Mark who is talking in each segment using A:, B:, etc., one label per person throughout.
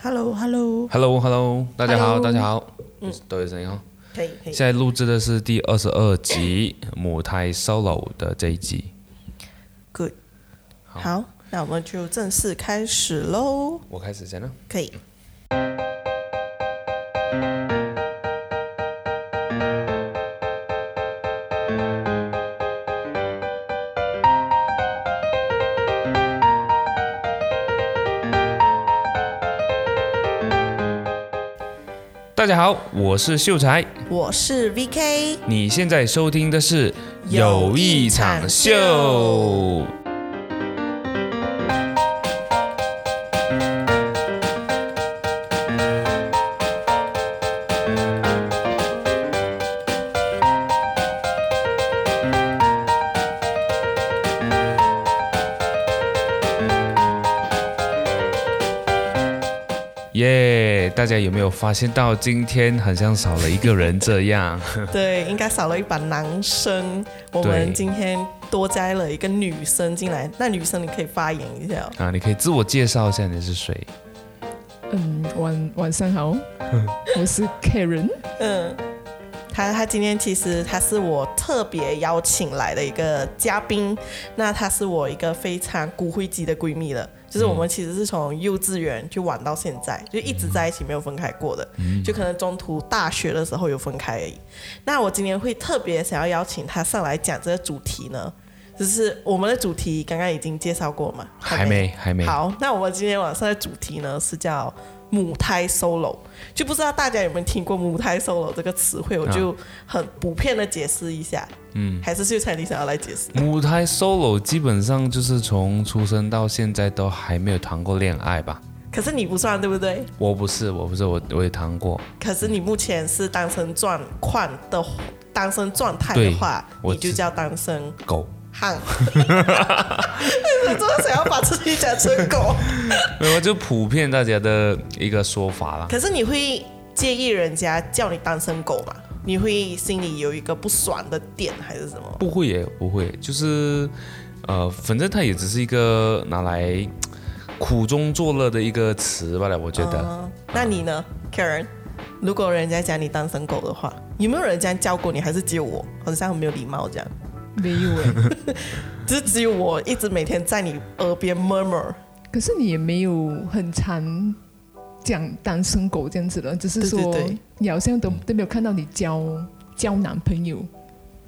A: Hello，Hello，
B: Hello Hello，大家好
A: Hello
B: 大家好，都有声音哦。
A: 可以可以
B: 现。在录制的是第二十二集母胎 solo 的这一集。
A: Good，好，那我们就正式开始喽。
B: 我开始先了。
A: 可以。
B: 大家好，我是秀才，
A: 我是 VK，
B: 你现在收听的是
A: 有一场秀。
B: 耶大家有没有发现到今天好像少了一个人这样？
A: 对，应该少了一把男生。我
B: 对
A: 们今天多加了一个女生进来，那女生你可以发言一下哦。
B: 啊，你可以自我介绍一下你是谁？
C: 嗯，晚晚上好，我是 Karen。
A: 嗯，他他今天其实他是我特别邀请来的一个嘉宾，那她是我一个非常骨灰级的闺蜜了。就是我们其实是从幼稚园就玩到现在，就一直在一起没有分开过的，
B: 嗯
A: 就可能中途大学的时候有分开而已。那我今天会特别想要邀请她上来讲这个主题呢，就是我们的主题刚刚已经介绍过嘛，
B: 还没，还没。
A: 好，那我们今天晚上的主题呢是叫母胎 solo，就不知道大家有没有听过母胎 solo 这个词汇，我
B: 啊
A: 就很普遍的解释一下。嗯，还是秀才你想要来解释？
B: 母胎 solo 基本上就是从出生到现在都还没有谈过恋爱吧？
A: 可是你不算对不对？
B: 我不是，我不是，我我也谈过。
A: 可是你目前是单身状况的单身状态的话，
B: 对我
A: 你就叫单身
B: 狗。
A: 汉。你怎么想要把自己讲成狗？
B: 没有，就普遍大家的一个说法啦。
A: 可是你会介意人家叫你单身狗吗？你会心里有一个不爽的点还是什么？
B: 不会也不会，就是呃，反正它也只是一个拿来苦中作乐的一个词罢了。我觉得、
A: 嗯那你呢，Karen？如果人家讲你单身狗的话，有没有人这样叫过你？还是只有我？好像很没有礼貌这样。
C: 没有哎，
A: 只是只有我一直每天在你耳边 murmur。
C: 可是你也没有很常讲单身狗这样子的，只是说
A: 对对对
C: 你好像都都没有看到你交交男朋友。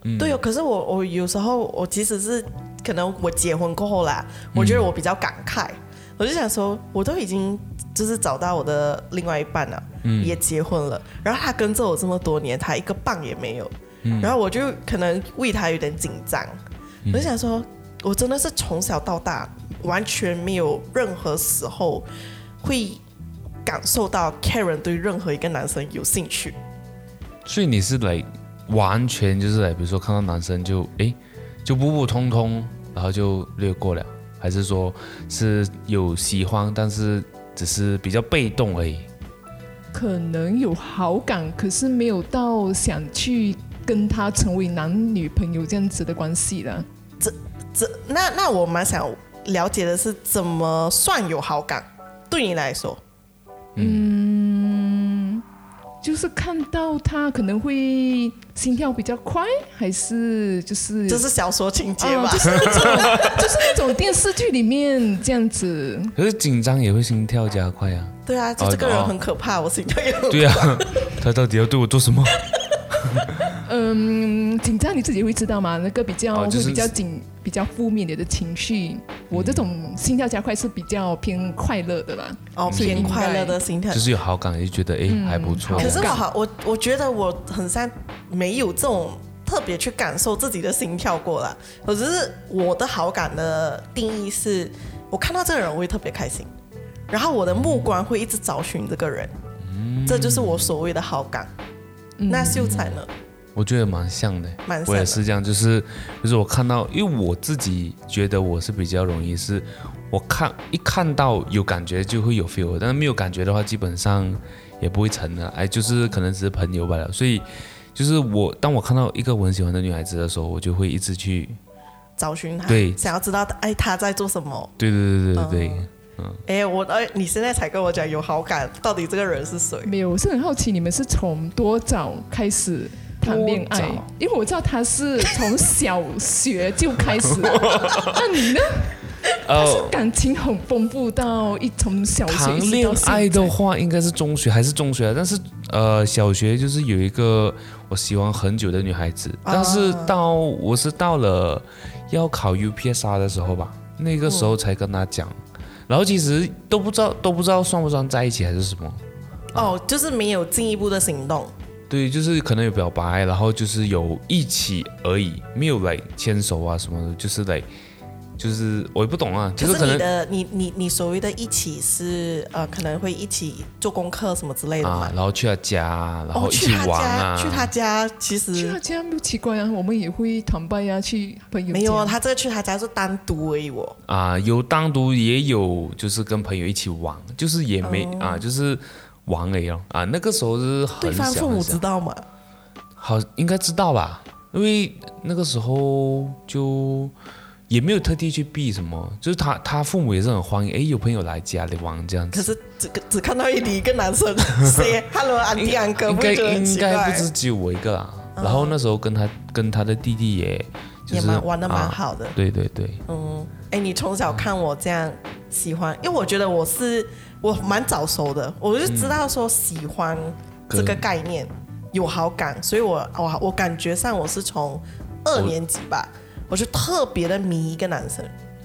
B: 嗯
A: 对哦，可是我我有时候我即使是可能我结婚过后啦，我觉得我比较感慨，我就想说，我都已经就是找到我的另外一半了，也结婚了，然后他跟着我这么多年，他一个棒也没有，然后我就可能为他有点紧张，我就想说，我真的是从小到大完全没有任何时候会感受到 Karen 对任何一个男生有兴趣。
B: 所以你是来完全就是来，比如说看到男生就诶，就普普通通，然后就略过了，还是说是有喜欢，但是只是比较被动而已？
C: 可能有好感，可是没有到想去跟他成为男女朋友这样子的关系了。
A: 这那那我蛮想了解的是，怎么算有好感？对你来说，
C: 就是看到他可能会心跳比较快，还是就是
A: 这是小说情节吧？
C: 啊嗯就是那种 就是那种电视剧里面这样子，
B: 可是紧张也会心跳加快啊。
A: 对啊，就这个人很可怕，我心跳也很。
B: 对啊，他到底要对我做什么？
C: 嗯，紧张你自己会知道吗？那个比较、
B: 哦就是
C: 会比较紧、比较负面的情绪。我这种心跳加快是比较偏快乐的啦，
A: 哦，
C: 是
A: 偏
C: 应该
A: 快乐的心跳
B: 就。是有好感，就觉得诶还不错。
A: 可是我好，我我觉得我很像没有这种特别去感受自己的心跳过啦。我只是我的好感的定义是，我看到这个人我会特别开心，然后我的目光会一直找寻这个人，
B: 嗯
A: 这就是我所谓的好感。
C: 嗯
A: 那秀才呢？
B: 我觉得蛮像的，
A: 蛮像的
B: 我也是这样，就是就是我看到，因为我自己觉得我是比较容易是，我看一看到有感觉就会有 feel，但是没有感觉的话，基本上也不会成的，哎，就是可能只是朋友罢了。所以就是我当我看到一个我很喜欢的女孩子的时候，我就会一直去，
A: 找寻他，
B: 对
A: 想要知道哎他在做什么。
B: 对对对对对对，
A: 哎、我哎，你现在才跟我讲有好感，到底这个人是
B: 嗯
A: 谁？
C: 没有，我是很好奇你们是从多早开始谈恋爱
B: 多早？
C: 因为我知道他是从小学就 开始，那你呢？他哦是
B: 呃，
C: 感情很丰富到一从小学
B: 谈
C: 一直
B: 恋
C: 到现
B: 爱的
C: 在
B: 话，应该是中学还是中学啊？但是呃，小学就是有一个我喜欢很久的女孩子，
A: 啊
B: 但是到我是到了要考 UPSR 的时候吧，那个
A: 嗯
B: 时候才跟她讲，然后其实都不知道都不知道算不算在一起还是什么。
A: 哦，就是没有进一步的行动。
B: 对，就是可能有表白，然后就是有一起而已，没有来牵手啊什么的，就是来，就是我也不懂啊，就是
A: 可是你
B: 能
A: 的你你你所谓的一起是呃，可能会一起做功课什么之类的嘛
B: 啊，？然后去他家，然
A: 哦，
B: 后一
A: 去
B: 起
A: 他
B: 玩
A: 家，
B: 啊，
A: 去他家，其
C: 去他
A: 实
C: 家没有奇怪啊，我们也会谈拜呀，去朋友
A: 没有啊，
C: 家
A: 他这个去他家是单独而已哦。
B: 啊，有单独也有，就是跟朋友一起玩，就是也没、啊，就是玩而已咯啊。那个时候是很
A: 哦对
B: 小
A: 方
B: 很小，
A: 父母知道吗？
B: 好应该知道吧？因为那个时候就也没有特地去避什么，就是他他父母也是很欢迎，诶，有朋友来家里玩这样子
A: 可。是只只看到你一个男 生 say hello 安迪安哥，
B: 应
A: 不
B: 该
A: 会觉得很
B: 应
A: 奇
B: 该
A: 怪嗯
B: 不？是只有我一个啦。然后那时候跟他跟他的弟弟也，就
A: 也
B: 是
A: 蛮玩的蛮
B: 啊
A: 好的。
B: 对对对，
A: 嗯，哎，你从小看我这样喜欢，因为我觉得我是我蛮早熟的，我就知道说喜欢这个
B: 跟
A: 概念有好感，所以我我我感觉上我是从二年级吧，我就特别的迷一个男生，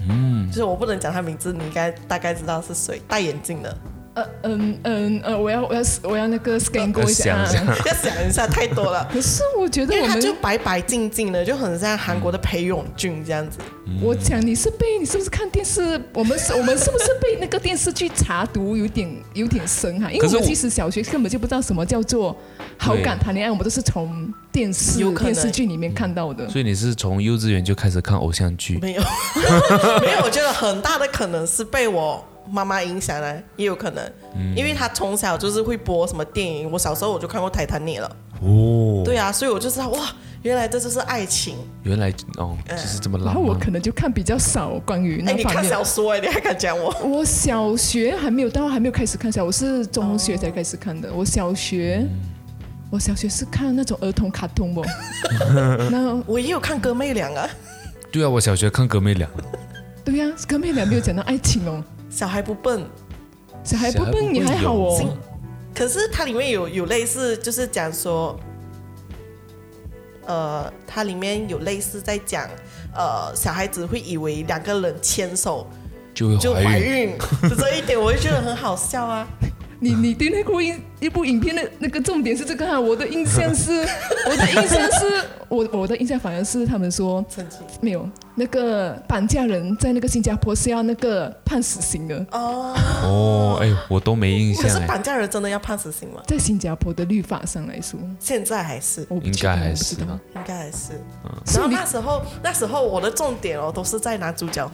A: 嗯，就是我不能讲他名字，你应该大概知道是谁，戴眼镜的，
C: 呃嗯嗯呃，我要我要我要那个 scan 过一下
B: 想一下
C: 啊。
A: 要想一下太多了。
C: 可是我觉得
A: 因
C: 我
A: 为他
C: 们
A: 就白白净净的，就很像韩国的裴勇俊这样子。
B: 嗯
C: 我讲你是被你是不是看电视？我们 是我们是不是被那个电视剧查毒有点有点深哈、因为
B: 可
C: 我
B: 是
C: 们
B: 我
C: 其实小学根本就不知道什么叫做好感
B: 对
C: 谈恋爱，我们都是从电视
A: 有可能
C: 电视剧里面看到的。
B: 所以你是从幼稚园就开始看偶像剧，
A: 没有， 没有，我觉得很大的可能是被我妈妈影响了，也有可能，因为她从小就是会播什么电影，我小时候我就看过《泰坦尼克》了，
B: 哦，
A: 对啊，所以我就知道哇，原来这就是爱情。
B: 原来哦
A: 嗯
B: 就是这么
C: 然
B: 浪
C: 后我
B: 漫。
C: 可能就看比较少关于
A: 哎，
C: 那
A: 你
C: 方
A: 看
C: 面。
A: 小说哎，你还敢 讲我？
C: 我小学还没有到，还没有开始看小，我是中学才开始看的。我小学，
B: 嗯
C: 我小学是看那种儿童卡 通哦。那
A: 我也有看《哥妹俩》啊，
B: 对啊，我小学看《哥妹俩》，
C: 对呀、哥妹俩没有讲到爱情哦，
A: 小孩不笨，
C: 小孩
B: 小
C: 不
B: 孩
C: 笨也
B: 会
C: 还好
B: 有
C: 哦。
A: 可是它里面有有类似，就是讲说，呃，它里面有类似在讲，呃，小孩子会以为两个人牵手
B: 就
A: 就
B: 会怀
A: 怀
B: 孕。
A: 孕，就这一点我就觉得很好笑啊。
C: 你你对那部影一部影片的那个重点是这个啊哈，我的印 象是，我的印象是，我我的印象反而是他们说
A: 曾经
C: 没有那个绑架人在那个新加坡是要那个判死刑的，
A: 哦，
B: 哦，哎，我都没印
A: 可
B: 象
A: 是
B: 哎，
A: 绑架人真的要判死刑吗？
C: 在新加坡的律法上来说，
A: 现在还是，
C: 我不
B: 应
C: 确
B: 该
C: 定
B: 还
C: 我不
B: 是
C: 知道
B: 吧。
A: 应该还是。
B: 嗯
C: 是
A: 然后
C: 你
A: 那时候，那时候我的重点哦，都是在男主角，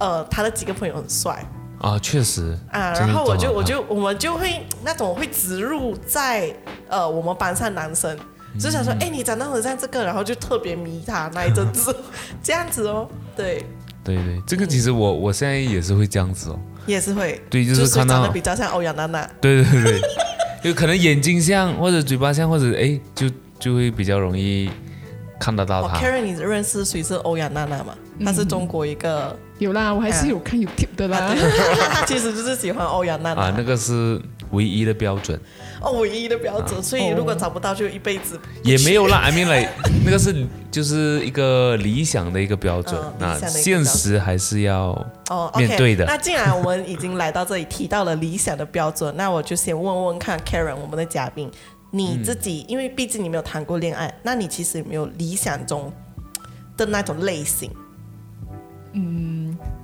A: 呃，他的几个朋友很帅
B: 啊，确实
A: 啊，
B: 真
A: 然
B: 的
A: 后我
B: 这
A: 就
B: 么
A: 我
B: 好
A: 就我们就会那种会植入在呃我们班上男生，
B: 嗯
A: 就想说，哎、你长得很像这个，然后就特别迷他那一阵 子，这样子哦，对，
B: 对对，这个其实我我现在也是会这样子哦，
A: 也是会，
B: 对，就
A: 就是是
B: 看
A: 长得
B: 到
A: 比较像欧阳娜娜，
B: 对对对，有可能眼睛像，或者嘴巴像，或者哎，就就会比较容易看得到
A: 哦
B: 他。
A: ，Karen，你认识谁是欧阳娜娜吗？她
B: 嗯
A: 是中国一个，
C: 有啦，
B: 哎
C: 我还是有看有 tip 的啦。
A: 她其实就是喜欢欧阳娜娜、
B: 啊，那个是唯一的标准，
A: 哦，唯一的标准，所以如果找不到就一辈子
B: 啊哦也没有啦。I mean like，那个是就是一个理想的一个标准
A: 嗯，
B: 那
A: 理想的一个
B: 现实还是要
A: 哦。
B: 面对的
A: o k 那既然我们已经来到这里，提到了理想的标准，那我就先问问看 Karen，我们的嘉宾，你
B: 嗯
A: 自己，因为毕竟你没有谈过恋爱，那你其实有没有理想中的那种类型？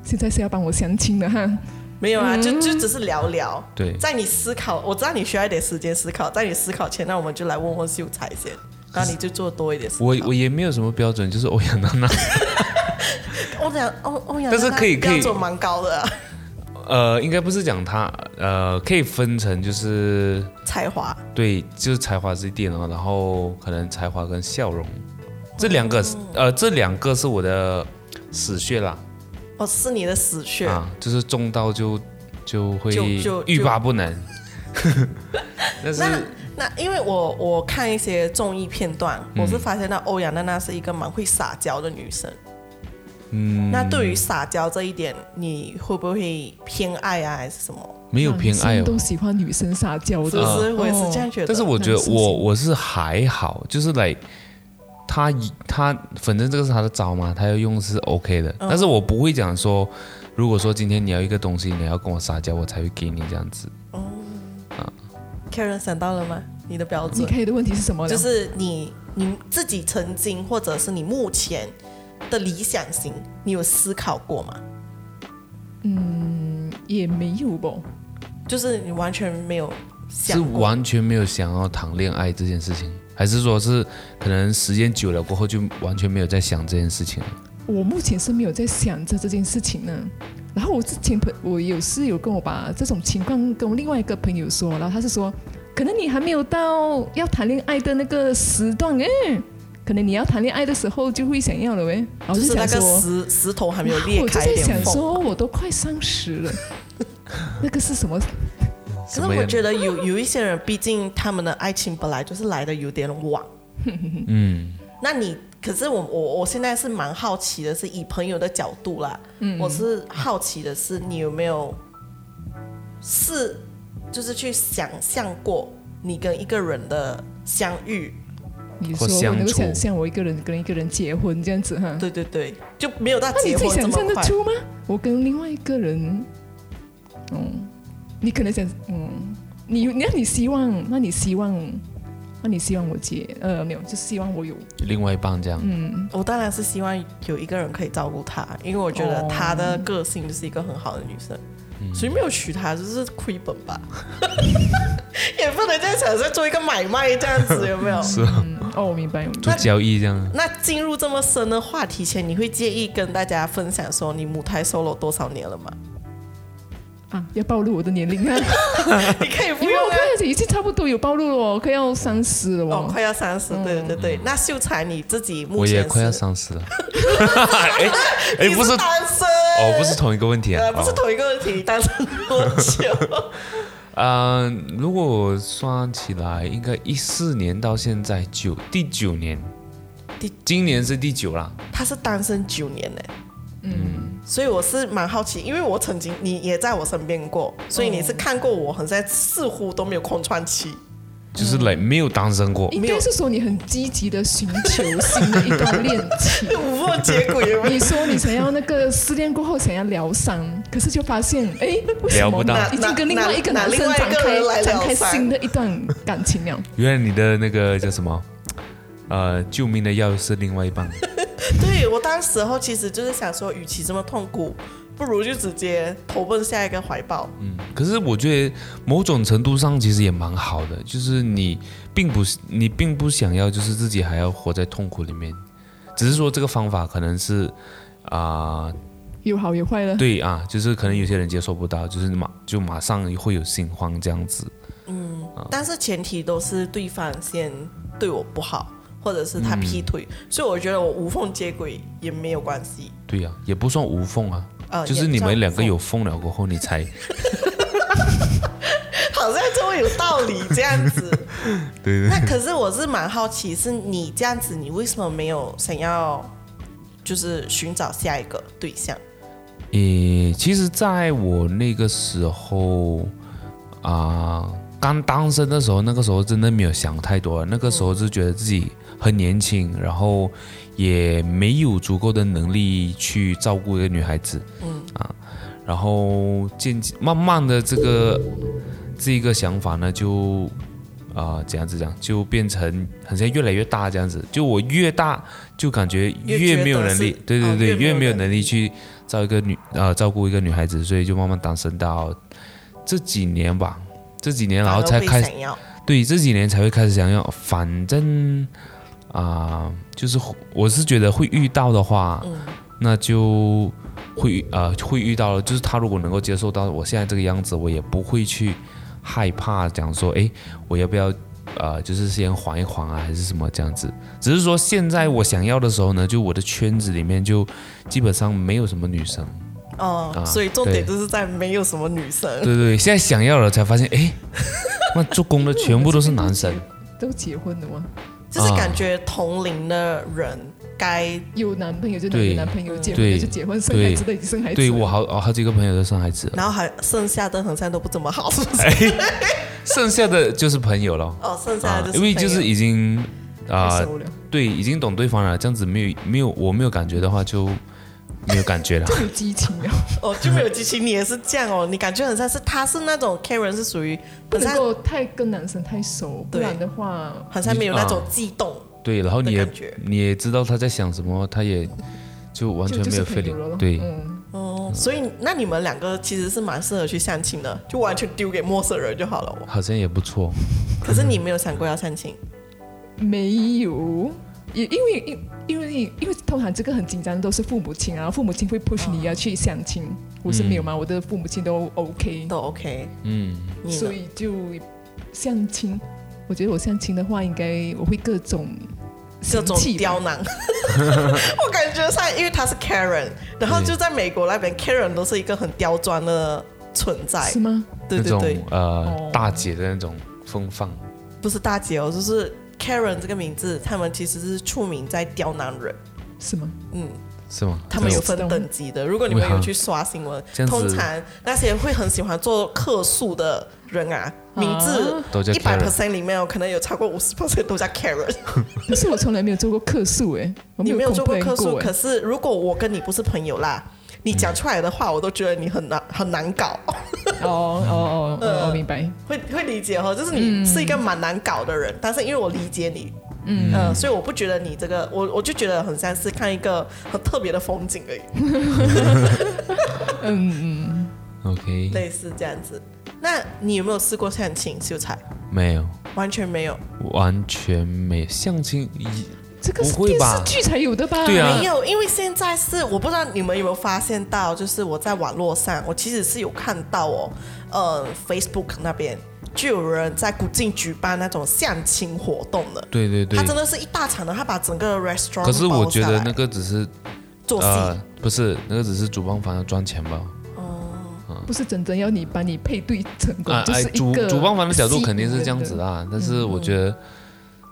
C: 现在是要帮我相亲的哈，
A: 没有啊，就就只是聊聊。
B: 嗯对
A: 在你思考，我知道你需要一点时间思考，在你思考前，那我们就来问问秀才先，然后你就做多一点思考。哦
B: 我我也没有什么标准，就是欧阳娜娜，
A: 欧阳欧欧阳，
B: 但是可以可以
A: 标准蛮高的啊、
B: 呃，应该不是讲她，呃，可以分成就是
A: 才华。
B: 对，就是才华是一点哦，然后可能才华跟笑容，这两个
A: 哦
B: 是、呃，这两个是我的死穴啦啊
A: 哦，是你的死穴。
B: 啊，就是中到就就会
A: 就就
B: 欲罢不能。 但是
A: 那那因为我我看一些综艺片段，
C: 嗯
A: 我是发现到欧阳娜娜是一个蛮会撒娇的女生。嗯，那对于撒娇这一点，你会不会偏爱啊，还是什么？
B: 没有偏爱
C: 男生
B: 哦
C: 都，喜欢女生撒娇
A: 是
C: 的，
A: 不是？我也是
C: 哦
A: 这样觉得。
B: 但是我觉
C: 那
B: 得
C: 是不
B: 我
C: 行
B: 我是还好，就是来他以他反正这个是他的招嘛，他要用是 OK 的，
A: 嗯
B: 但是我不会讲说，如果说今天你要一个东西，你要跟我撒娇，我才会给你这样子。
A: Karen 想到了吗？你的标
C: 你
A: 准
C: 可以的问题是什么呢？
A: 就是你你自己曾经或者是你目前的理想型，你有思考过吗？
C: 也没有哦吧，
A: 就是你完全没有
B: 是
A: 想过，
B: 完全没有想要谈恋爱这件事情，还是说是可能时间久了过后就完全没有在想这件事情了？
C: 我目前是没有在想着这件事情呢。然后我之前朋我有室友跟我把这种情况跟我另外一个朋友说，然后他是说，可能你还没有到要谈恋爱的那个时段哎，可能你要谈恋爱的时候就会想要了哎。然后
A: 就
C: 我
A: 是那
C: 想
A: 个
C: 说，
A: 石石头还没有
C: 哇
A: 裂
C: 我就
A: 开一
C: 在
A: 点
C: 想
A: 缝。
C: 说，我都快三十 了，那个是什么？
A: 可是我觉得有有一些人，毕竟他们的爱情本来就是来的有点晚。嗯，那你可是我我我现在是蛮好奇的，是以朋友的角度啦，
C: 嗯
A: 我是好奇的是你有没有是就是去想象过你跟一个人的相遇？
C: 你
B: 或
C: 说我
B: 相
C: 能够
B: 处
C: 想象我一个人跟一个人结婚这样子哈？
A: 对对对，就没有到
C: 那你
A: 结
C: 自己
A: 婚这
C: 想象
A: 么
C: 得
A: 快。
C: 出吗？我跟另外一个人，嗯，你可能想，嗯，你那你希望，那你希望，那你希望我结，呃，没有，就希望我有，
B: 另外一半这样，
A: 我当然是希望有一个人可以照顾她，因为我觉得
C: 哦
A: 她的个性就是一个很好的女生，
B: 嗯
A: 所以没有娶她就是亏本吧， 也不能这样想，是做一个买卖这样子，有 没有？
C: 嗯，哦，我明白，我明白
B: 做交易这样。
A: 那进入这么深的话题前，你会介意跟大家分享说你母胎 solo 多少年了吗？
C: 啊，要暴露我的年龄啊，
A: 你可以不
C: 因为
A: 用
C: 我
A: 啊
C: 看。已经差不多有暴露了哦，快要三十了
A: 哦，
C: 哦，
A: 快要三十，对对对。那秀才你自己目
B: 嗯我
A: 前
B: 也
A: 是
B: 快要 三十了，哎哎，
A: 你
B: 不是
A: 是单身
B: 哦，不是同一个问题啊
A: 呃，，不是
B: 哦
A: 同一个问题，单身多久？
B: 呃，如果我算起来，应该一四年到现在九第九年，
A: 第
B: 今年是第九啦。
A: 他是单身九年呢。嗯，所以我是蛮好奇，因为我曾经你也在我身边过，所以你是看过我，很在似乎都没有空窗 期。
B: 就是来没有单身过，
C: 应该是说你很积极的寻求新的一段恋情。
A: 无缝接轨有没有
C: 你说你想要那个失恋过后想要疗伤，可是就发现，哎，为什
B: 聊
C: 么
B: 不到
C: 呢已经跟另外一个
A: 哪
C: 男生
A: 哪哪
C: 展
A: 另外一个人来疗
C: 开
A: 伤
C: 展开新的一段感情了。
B: 原来你的那个叫什么？呃，救命的药是另外一半，
A: 对我当时候其实就是想说，与其这么痛苦，不如就直接投奔下一个怀抱。
B: 嗯，可是我觉得某种程度上其实也蛮好的，就是你并不是你并不想要，就是自己还要活在痛苦里面，只是说这个方法可能是啊、
C: 有好有坏了。
B: 对啊，就是可能有些人接受不到，就是马就马上会有心慌这样子，嗯
A: 但是前提都是对方先对我不好，或者是
B: 嗯
A: 他劈腿，所以我觉得我无缝接轨也没有关系。
B: 对呀、也不算无缝啊，
A: 呃，
B: 就是
A: 也
B: 你
A: 不算
B: 们两
A: 无
B: 个
A: 缝
B: 有缝了过后，你才
A: 好像就会有道理这样 子。对那可是我是蛮好奇，是你这样子，你为什么没有想要就是寻找下一个对象？
B: 诶，其实在我那个时候啊、刚单身的时候，那个时候真的没有想太多，那个时候就觉得自己很年轻，然后也没有足够的能力去照顾一个女孩子，嗯啊，然后渐渐慢慢的这个这一个想法呢，就啊、这样子讲，就变成好像越来越大这样子，就我越大就感觉
A: 越觉
B: 越没有
A: 得
B: 能
A: 是
B: 力，对对
A: 哦
B: 对，
A: 越没有
B: 没有
A: 能
B: 能力去。照一个女呃照顾一个女孩子，所以就慢慢单身到这几年吧，这几年然后
A: 反
B: 才
A: 而会
B: 开始
A: 想要
B: 对这几年才会开始想要，反正啊、就是我是觉得会遇到的话，那就会呃会遇到了，就是他如果能够接受到我现在这个样子，我也不会去害怕讲说，诶，我要不要呃就是先缓一缓啊，还是什么这样子。只是说现在我想要的时候呢，就我的圈子里面就基本上没有什么女生，
A: 哦、
B: 啊
A: 所以重点
B: 对
A: 就是在没有什么女生。
B: 对对，现在想要了才发现， 哎，那做工的全部都是男生，
C: 都结婚了吗？
A: 就是感觉同龄的人该
C: 有男朋友就
B: 对
C: 有男朋友，结婚
B: 对
C: 了就结婚，生孩子的已经生
A: 哎
C: 孩子。
B: 对我好我好几个朋友都生孩子了，
A: 然后还剩下的好像都不怎么好，是不是？
B: 哎剩下的就是朋友了。
A: 哦，剩下
B: 啊
A: 的，就是朋友、
B: 因为就是已经啊、
C: 太熟了，
B: 对，已经懂对方了，这样子没有没有我没有感觉的话就没有感觉 了。
C: 有激情了，
A: 哦就没有激情，你也是这样哦，你感觉很像是他是那种 Karen 是属于
C: 不
A: 很
C: 能
A: 像
C: 够太跟男生太熟，不
A: 对
C: 然的话，
A: 好像没有那
B: 啊
A: 种悸动，
B: 对，然后你也
A: 的感觉
B: 你也知道他在想什么，他也就完
C: 就
B: 全
C: 就
B: 没
C: 是
B: 有
C: 朋友
B: feeling
C: 了咯。
B: 对，
C: 嗯，
A: 哦，所以那你们两个其实是蛮适合去相亲的，就完全丢给陌生人就好了 哦。
B: 好像也不错。
A: 可是你没有想过要相亲，
C: 没有，也因为因因为因为通常这个很紧张的都是父母亲啊，父母亲会 push 你要去相亲，我是没有嘛，我的父母亲都 OK，
A: 都 OK，
B: 嗯，
A: 你
C: 所
A: 呢？
C: 以就相亲，我觉得我相亲的话，应该我会各种
A: 这种
C: 嫌弃吧
A: 刁难， 我感觉上，因为他是 Karen，然后
B: 对
A: 就在美国那边，Karen 都是一个很刁钻的存在
C: 是，吗？
A: 对
B: 那
A: 对
B: 种
A: 对。
B: 呃
C: 哦
B: 大姐的那种风范，
A: 不是大姐哦，就是 Karen 这个名字，他们其实是出名在刁难人。
C: 是吗？
A: 嗯，
B: 是吗？
A: 他们
B: 这
A: 有
B: 种
A: 分等级的。如果你们有去刷新闻
B: 这，样子
A: 通常那些会很喜欢做客诉的人啊，名字
B: 都叫
A: 一百
B: Karen
A: percent 里面哦，可能有超过五十 percent 都叫 Karen。
C: 可是我从来没有做过客诉哎、我
A: 你没有做过欸
C: complain
A: 客诉，
C: 哎
A: 可是如果我跟你不是朋友啦，你讲出来的话，我都觉得你很难很难搞。
C: 哦哦哦哦，我明白。
A: 会会理解哈，就是你是一个蛮难搞的人，但是因为我理解你，嗯、呃，所以我不觉得你这个，我我就觉得很像是看一个很特别的风景而已，
B: OK
A: 类似这样子。那你有没有试过相亲秀才？
B: 没有，
A: 完全没有，
B: 完全没有相亲一
C: 这个是
B: 不会
C: 电
B: 吧
C: 视剧才有的吧？
B: 对啊
A: 没有，因为现在是我不知道你们有没有发现到，就是我在网络上，我其实是有看到哦，呃，Facebook 那边就有人在古晋举办那种相亲活动了。
B: 对对对
A: 他。真的是一大场的，他把整个 restaurant
B: 可是我
A: 包
B: 觉
A: 下
B: 得
A: 来
B: 那个只是
A: 做戏、
B: 呃不是那个只是主办方要赚钱吧？
C: 不是真正要你把你配对成功，
B: 啊
C: 就
B: 哎
C: 是，一
B: 主
C: 个
B: 主办方的角度肯定是这样子
C: 的。
B: 啦，但是我觉得，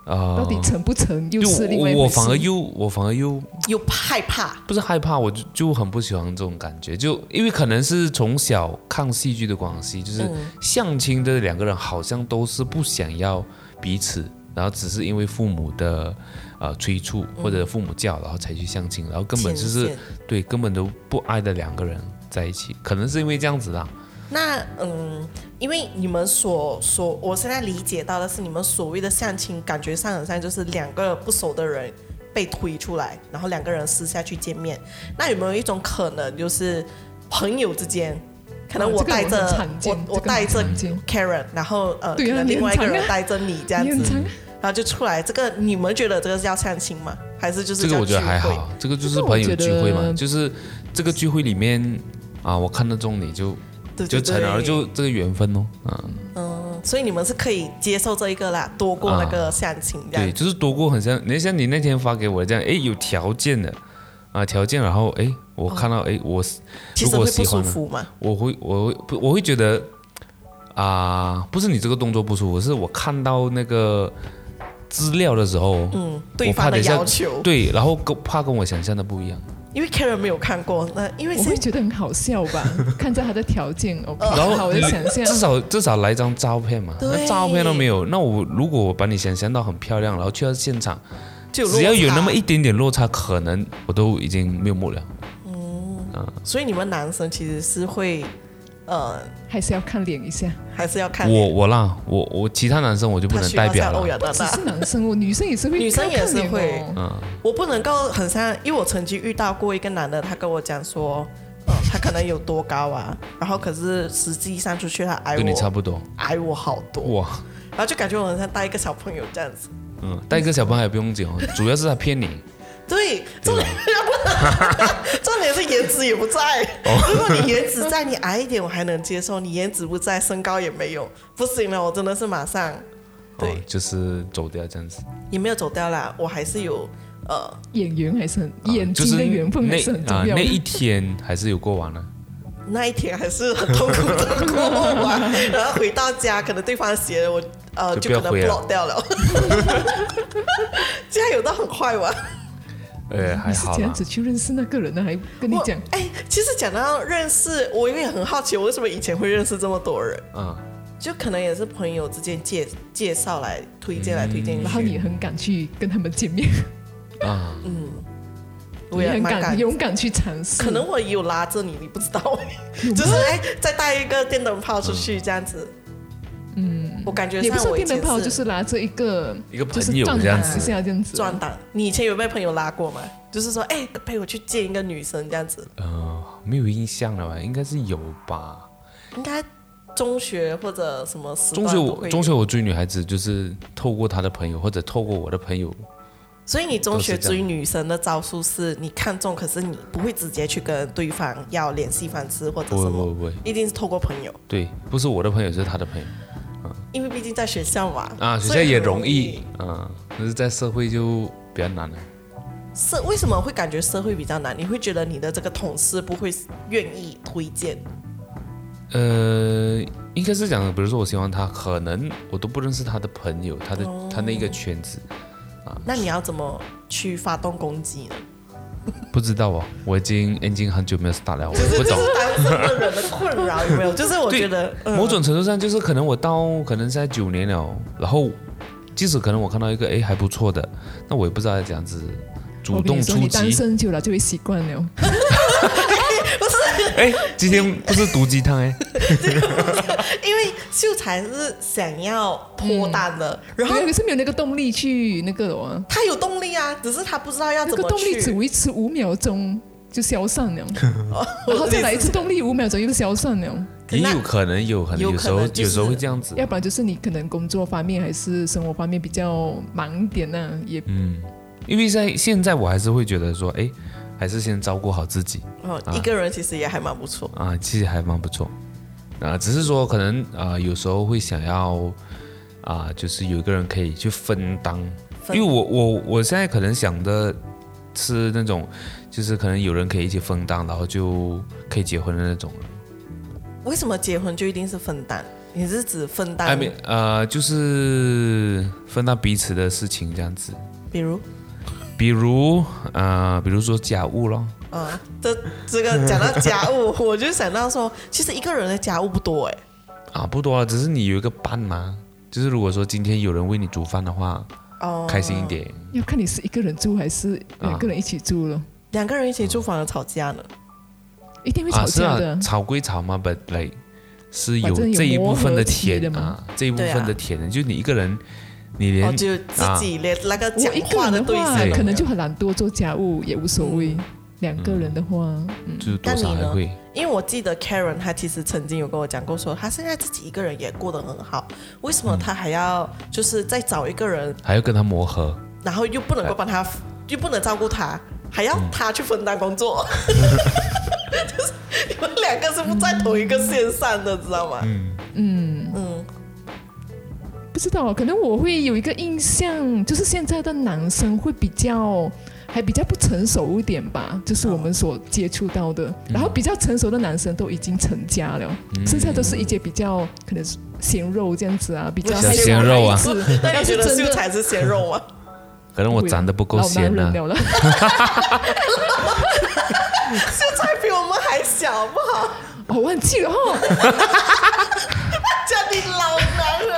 B: 啊、
C: 到底成不成又
B: 就是
C: 另外一
B: 我
C: 回
B: 我
C: 事
B: 反而又我反而又
A: 又害怕，
B: 不是害怕，我就就很不喜欢这种感觉，就因为可能是从小看戏剧的关系，就是
A: 嗯
B: 相亲的两个人好像都是不想要彼此，然后只是因为父母的呃催促或者父母叫，然后才去相亲，然后根本就
A: 浅
B: 是
A: 嗯见
B: 对根本都不爱的两个人在一起，可能是因为这样子啦。
A: 那嗯，因为你们所所，我现在理解到的是，你们所谓的相亲，感觉上很像就是两个不熟的人被推出来，然后两个人私下去见面。那有没有一种可能，就是朋友之间，可能
C: 啊
A: 我
C: 这个
A: 带
C: 很
A: 着、
C: 常见这
A: 我我
C: 个
A: 带
C: 很
A: 着
C: 常见
A: Karen，然后呃，
C: 对啊
A: 可能
C: 你
A: 另外一个
C: 很常
A: 人
C: 啊
A: 带着你这样
C: 你很
A: 子，
C: 常
A: 然后就出来。这个你们觉得这个叫相亲吗？还是就是
B: 这个
A: 叫
B: 我觉得
A: 聚
B: 还
A: 会
B: 好，这个就
C: 这
B: 是
C: 个我
B: 朋友
C: 觉
B: 聚会嘛，
C: 得
B: 就是这个聚会里面啊，我看得中你就
A: 对
B: 就
A: 对
B: 成了，
A: 对
B: 就这个缘分哦，啊，
A: 嗯所以你们是可以接受这一个啦，多过那个相亲这样
B: 啊对，就是多过很像，你像你那天发给我这样，哎，有条件的啊，条件，然后哎，我看到哎，我是
A: 其
B: 如
A: 实
B: 果
A: 会
B: 喜
A: 不舒
B: 欢呢
A: 服嘛。
B: 我会我会不我会觉得啊、不是你这个动作不舒服，是我看到那个资料的时候，
A: 嗯，对
B: 我怕
A: 方的
B: 等一下
A: 要求，
B: 对，然后跟怕跟我想象的不一样。
A: 因为 Karen 没有看过，那因为
C: 我
A: 现
C: 会 觉得很好笑吧？看着他的条件，OK，
A: 呃
B: 然后
C: 好，我就想 象
B: 至少至少来一张照片嘛，那
A: 对
B: 照片都没有。那我如果我把你想象到很漂亮，然后去到现场，
A: 就
B: 只要有那么一
A: 落
B: 点点落差，可能我都已经面目了。
A: 差，所以你们男生其实是会，呃，
C: 还是要看脸一下。
A: 还是要看
B: 我我啦，我我其他男生我就不
A: 他
B: 能
A: 需
B: 代
A: 要像
B: 表啊
A: 欧
B: 了。
A: 阳娜
C: 只
A: 娜
C: 是。男生，哦我女生也是会，
A: 女生也是会
C: 看
B: 啊
C: 脸哦
A: 我不能够很像，因为我曾经遇到过一个男的，他跟我讲说，呃，他可能有多高啊，然后可是实际上出去他矮
B: 跟你差
A: 我，
B: 不多，
A: 矮我好多，
B: 哇，
A: 然后就感觉我很像带一个小朋友这样子。
B: 嗯，带一个小朋友还不 用紧哦，主要是他骗你，哦
A: 对，重点 重点是颜值也不在。
B: 哦
A: 如果你颜值在，你矮一点我还能接受；你颜值不在，身高也没有，不行了，我真的是马上对
B: 哦，就是走掉这样子。
A: 也没有走掉啦，我还是有呃，
C: 演员还是很
B: 啊
C: 眼
B: 就
C: 睛
B: 是
C: 的缘分还
B: 那
C: 是很重
B: 啊
C: 要
B: 那
C: 的。
B: 一天还是有过完了，
A: 那一天还是很痛苦的过完，然后回到家，可能对方写了我呃就
B: 就不要
A: 可能
B: 回啊了
A: block 掉了， 这样有到很快吗？
B: 呃，还
C: 你哦是
B: 好
C: 怎
B: 啦
C: 样子。去认识那个人呢？还跟你
A: 我
C: 讲，
A: 哎、其实讲到认识，我也很好奇，我为什么以前会认识这么多人？
B: 啊，
A: 就可能也是朋友之间介介绍来推荐来推荐去，
C: 嗯然后你也很敢去跟他们见面，
B: 啊，
A: 我
C: 你
A: 也
C: 很
A: 啊蛮
C: 敢
A: 感
C: 勇敢去尝试。
A: 可能我有拉着你，你不知道， 就是哎，再带一个电灯泡出去这样子。嗯，我感觉
C: 也不
A: 上
C: 是
A: 我以
C: 电灯
A: 前
C: 泡，就是拿着一个
B: 一个
C: 就
B: 朋
C: 是
B: 友
C: 撞啊
B: 这样
C: 打一
B: 子，
C: 下这样子。
A: 转档。你以前有被朋友拉过吗？就是
C: 嗯
A: 说，哎，陪我去见一个女生这样子，
B: 呃，没有印象了吧？应该是有吧。
A: 应该中学或者什么时段
B: 中学
A: 都会
B: 我
A: 有
B: 中学，我追女孩子就是透过她的朋友或者透过我的朋友，
A: 所以你中学
B: 都是这
A: 追
B: 样
A: 女生的招数是你看中，可是你不会直接去跟对方要联系方式或者
B: 不会
A: 什
B: 不会
A: 么，
B: 不会，
A: 一定是透过朋友，
B: 对，不是我的朋友是她的朋友
A: 因为毕竟在学校嘛，
B: 啊，学
A: 所以
B: 校也
A: 很
B: 容易。啊，但是在社会就比较难了。
A: 社为什么会感觉社会比较难？你会觉得你的这个同事不会愿意推荐？
B: 呃，应该是讲，比如说我喜欢她，可能我都不认识她的朋友，她的
A: 哦
B: 她那个圈子，
A: 那你要怎么去发动攻击呢？
B: 不知道哦，我已经已经很久没有打了，我
A: 就
B: 也
A: 是
B: 不
A: 这
B: 懂。
A: 是单身的人的困扰，有没有？就是我
B: 对
A: 觉得，嗯
B: 某种程度上就是可能我到可能现在九年了，然后即使可能我看到一个哎还不错的，那我也不知道要怎样子主
C: 我跟
B: 动
C: 你说，
B: 出
C: 你单
B: 击。
C: 身久了就会习惯了。
B: 哎，今天不是毒鸡汤 哎，
A: 因为秀才是想要脱单的，
B: 嗯
A: 然后
C: 对啊，可是没有那个动力去那个的哦，
A: 他有动力啊，只是他不知道要
C: 那
A: 怎
C: 个
A: 么
C: 动力只
A: 去。
C: 维持五秒钟就消散了， 然后再来一次动力五秒钟又消散了。
B: 也
A: 那
B: 有可能有可能
A: 有
B: 有
A: 可
B: 时候
A: 能就是
B: 有时候会这样子
C: 要不然就是你可能工作方面还是生活方面比较忙一点呢、啊也
B: 因为在现在我还是会觉得说哎，还是先照顾好自己
A: 哦，一个人其实也还蛮不错。
B: 啊，其实还蛮不错啊，只是说可能啊、有时候会想要啊、就是有一个人可以去分担
A: 分
B: 因为我我我现在可能想的是那种，就是可能有人可以一起分担，然后就可以结婚的那种了。
A: 为什么结婚就一定是分担？你是指分担？
B: I mean，呃，就是分担彼此的事情这样子，
A: 比如，
B: 比如呃，比如说家务咯，
A: 啊，这这个讲到家务，我就想到说，其实一个人的家务不多哎。
B: 啊，不多啊，只是你有一个伴嘛。就是如果说今天有人为你煮饭的话，
A: 哦，
B: 开心一点。
C: 要看你是一个人住还是两个人一起住了，
A: 两个人一起住反而吵架呢。
C: 一定会
B: 啊，
C: 吵
B: 是
C: 架的。
B: 啊，吵归吵嘛，but like 是
C: 反
B: 有
C: 正有
B: 这一部分的
C: 磨合期的
B: 甜
C: 嘛
B: 啊，这一部
A: 对啊
B: 分的甜的，就你一个人，你连
A: 哦，就自己连那个
C: 我
A: 讲
C: 一个
A: 话
C: 人
A: 对
C: 话
A: 象，
B: 对
C: 可能就很难多做家务也无所谓，两个人的话，嗯，
B: 就是多少
A: 但你
B: 还
A: 呢
B: 会。
A: 因为我记得 Karen 她其实曾经有跟我讲过说，她现在自己一个人也过得很好，为什么她还要就是再找一个人，
B: 还要跟他磨合，
C: 啊
A: 然后又不能够帮她，又不能照顾她，还要她去分担工作？ 就是你们两个是不在同一个线上的，知道吗？
C: 不知道，可能我会有一个印象，就是现在的男生会比较。还比较不成熟一点吧，就是我们所接触到的。
B: 嗯
C: 然后比较成熟的男生都已经成家了，剩下都是一些比较可能是鲜肉这样子啊，比较
B: 小
C: 还是
B: 鲜肉啊
C: 是
A: 那
C: 要
A: 你
C: 是
A: 觉得
C: 真
A: 秀
C: 的
A: 才是鲜肉吗？
B: 可能我长得不够鲜啊
C: 老
B: 呢
C: 男、人了啦
A: 秀才比我们还小，不好
C: 哦，忘记 了哈。
A: 叫你老男人。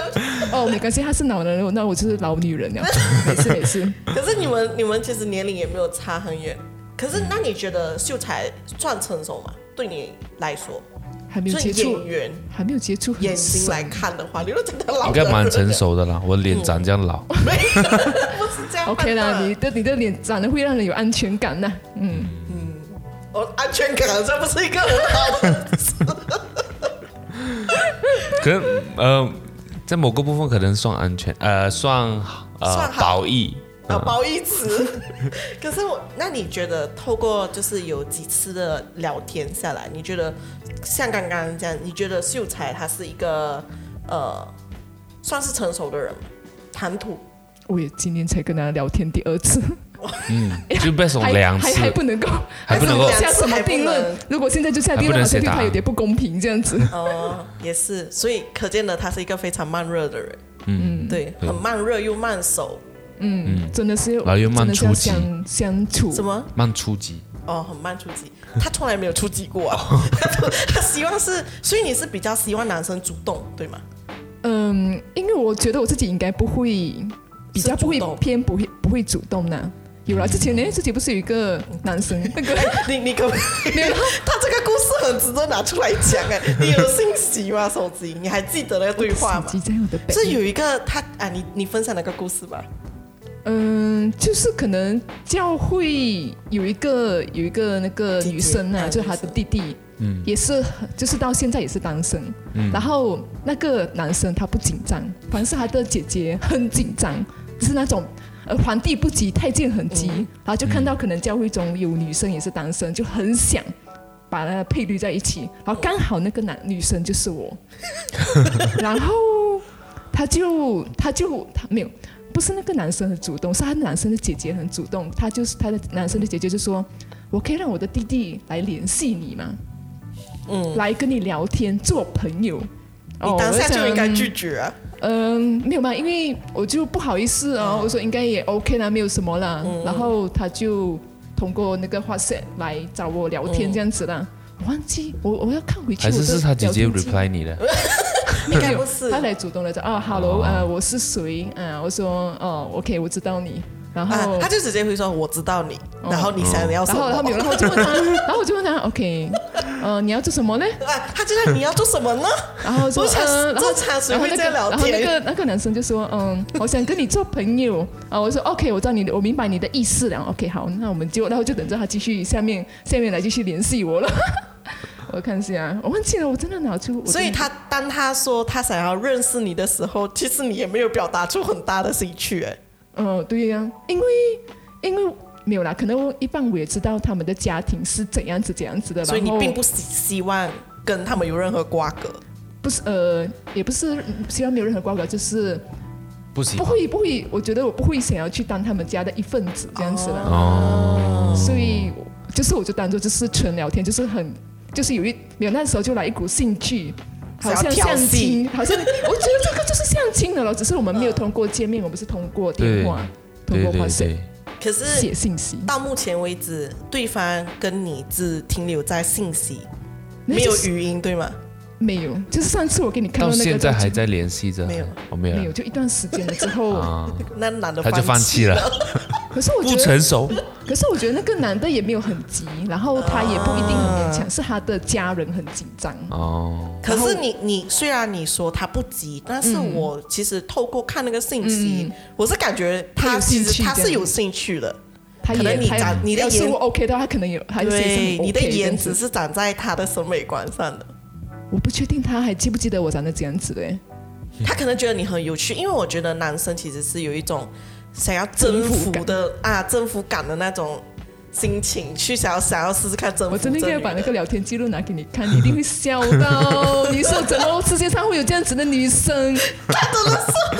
C: 哦，没关系，他是老男人，那我就是老 女人了。没事没事，
A: 可是你们你们其实年龄也没有差很远。可是那你觉得秀才算成熟吗？对你来说，
C: 还没有
A: 所以
C: 接触
A: 演，员
C: 还没有接触很
A: 眼睛
C: 深
A: 来看的话，你都觉得老
B: 应该蛮成
A: 人
B: 熟的 啦。我脸长这样老，
C: 嗯
A: 了， 不是这样判断
C: OK 啦，你的你的脸长得会让人有安全感呐、嗯，
A: 我哦安全感好像不是一个很好的。
B: 可能呃，在某个部分可能算安全，呃，算呃
A: 算好
B: 褒义，
A: 啊，褒义词。 可是我，那你觉得透过就是有几次的聊天下来，你觉得像刚刚这样，你觉得秀才他是一个呃，算是成熟的人吗？谈吐
C: 我也今天才跟他聊天第二次，
B: 就被怂
C: 还
B: 两
C: 还还
B: 次，
C: 不能够，
B: 还不能够
C: 是下什么定
A: 还不
C: 论
A: 能？
C: 如果现在就下定
B: 还不
C: 论，
B: 能
C: 好
B: 写
C: 像对
B: 答
C: 他
B: 案
C: 有点不公平这样子。
A: 哦，也是，所以可见的他是一个非常慢热的人，
B: 嗯，
A: 对，
B: 对
A: 很慢热又慢手，
C: 嗯，真的是，
B: 然后又慢
C: 真的是要
B: 出击
C: 相相处。
A: 什么？
B: 慢出击，
A: 哦，很慢出击，他从来没有出击过啊， 他希望是，所以你是比较希望男生主动，对吗？
C: 嗯，因为我觉得我自己应该不会，比较不会
A: 是主动
C: 偏不会不会主动呢。有了之前呢，之前不是有一个男生，那个
A: 你你可不可以？ 他这个故事很值得拿出来讲 哎、你有信息吗？手机？你还记得那个 对话吗
C: 手？机在我的背，
A: 是有一个他啊，你你分享那个故事吧。
C: 嗯，就是可能教会有一个有一个那个
A: 弟弟
C: 女生啊，
A: 啊
C: 就是她的弟弟，嗯，也是很就是到现在也是单身，嗯，然后那个男生他不紧张，反而是他的姐姐很紧张，就是那种。呃，皇帝不急，太监很急。然后就看到可能教会中有女生也是单身，就很想把那配对在一起。然后刚好那个男女生就是我， 然后他就他就他没有，不是那个男生很主动，是他男生的姐姐很主动。他就是他的男生的姐姐就说：“我可以让我的弟弟来联系你吗？
A: 嗯，
C: 来跟你聊天，做朋友。”哦
A: 你当下
C: 我
A: 就
C: 想
A: 应该拒绝啊、
C: 嗯，没有嘛，因为我就不好意思啊，我说应该也 OK 啦，没有什么啦。
A: 嗯
C: 然后他就通过那个 WhatsApp 来找我聊天这样子啦。
A: 嗯
C: 我忘记我我要看回去
B: 还
C: 我的
B: 是是他姐姐
C: 聊天记录
B: reply 哦你的？
C: 呃
A: 应该不是
C: 他来主动来找啊，Hello，呃，我是谁？嗯，我说哦，OK，我知道你。然后
A: 啊，他就直接会说我知道你，
C: 嗯哦
A: 然后你想要什
C: 然
A: 么？哦
C: 后然后没有，然后我 就问他，然后我就问他，OK，呃，你要做什么呢？
A: 啊，他就在你要做什么呢？
C: 然后说，
A: 我想
C: 呃，然后
A: 正常谁
C: 然后
A: 会
C: 那
A: 这
C: 个
A: 样聊
C: 然后那
A: 天？
C: 个那个男生就说，嗯，我想跟你做朋友啊。我说 OK，我知道你的，我明白你的意思了。OK，好，那我们就然后就等着他继续下面下面来继续联系我了。 我看一下，我忘记了，我真的拿出，我
A: 所以
C: 真的
A: 他当他说他想要认识你的时候，其实你也没有表达出很大的兴趣、哎，
C: 嗯，对呀、因为因为没有啦，可能我一般我也知道他们的家庭是怎样子怎样子的，
A: 所以你
C: 然后
A: 并不希希望跟他们有任何瓜葛。
C: 不是呃，也不是希望没有任何瓜葛，就是
B: 不行
C: 不，会不会，我觉得我不会想要去当他们家的一份子这样子啦，
B: 哦，
C: 所以我就是我就当做就是纯聊天，就是很就是有一没有那时候就来一股兴趣。好
A: 想要
C: 像
A: 跳
C: 相
A: 戏
C: 亲，好像我觉得这个就是相亲的了，只是我们没有通过见面，我们是通过电话、通
B: 对
C: 过
B: 对
C: WhatsApp
B: 对，
A: 可是
C: 写信息，
A: 到目前为止，对方跟你只停留在信息，
C: 那
A: 没有
C: 就是
A: 语音，对吗？
C: 没有，就是上次我给你
B: 到
C: 看那个
B: 现在
C: 照片
B: 还在联系着，
A: 没有
B: 我没
C: 没哦
B: 有
C: 有，
B: 了
C: 就一段时间了之后，
B: 啊，
A: 那男的
B: 他就放弃了，
C: 可是我
B: 不
C: 觉得，
B: 成熟，
C: 可是我觉得那个男的也没有很急，然后他也不一定很勉强，是他的家人很紧张。
B: 哦，
A: 可是你你虽然你说他不急，但是我其实透过看那个信息，我是感觉
C: 嗯他
A: 他
C: 有
A: 其
C: 兴
A: 实
C: 趣
A: 他
C: 这
A: 是
C: 样
A: 有兴趣的，
C: 他
A: 可能
C: 也
A: 你
C: 他
A: 长你的
C: 要是
A: 颜
C: 我 OK 的话，他可能有还有写什
A: 对，
C: 么
A: 你的
C: OK 这
A: 颜
C: 样
A: 值
C: 子。
A: 是长在他的审美观上的。
C: 我不确定他还记不记得我长得这样子嘞。
B: 嗯
A: 他可能觉得你很有趣，因为我觉得男生其实是有一种想要征服的啊征服感的那种心情，去想要想要试试看征服。
C: 我真的应该把那
A: 这
C: 个聊天记录拿给你看，你一定会笑到。你说怎么世界上会有这样子的女生？
A: 女人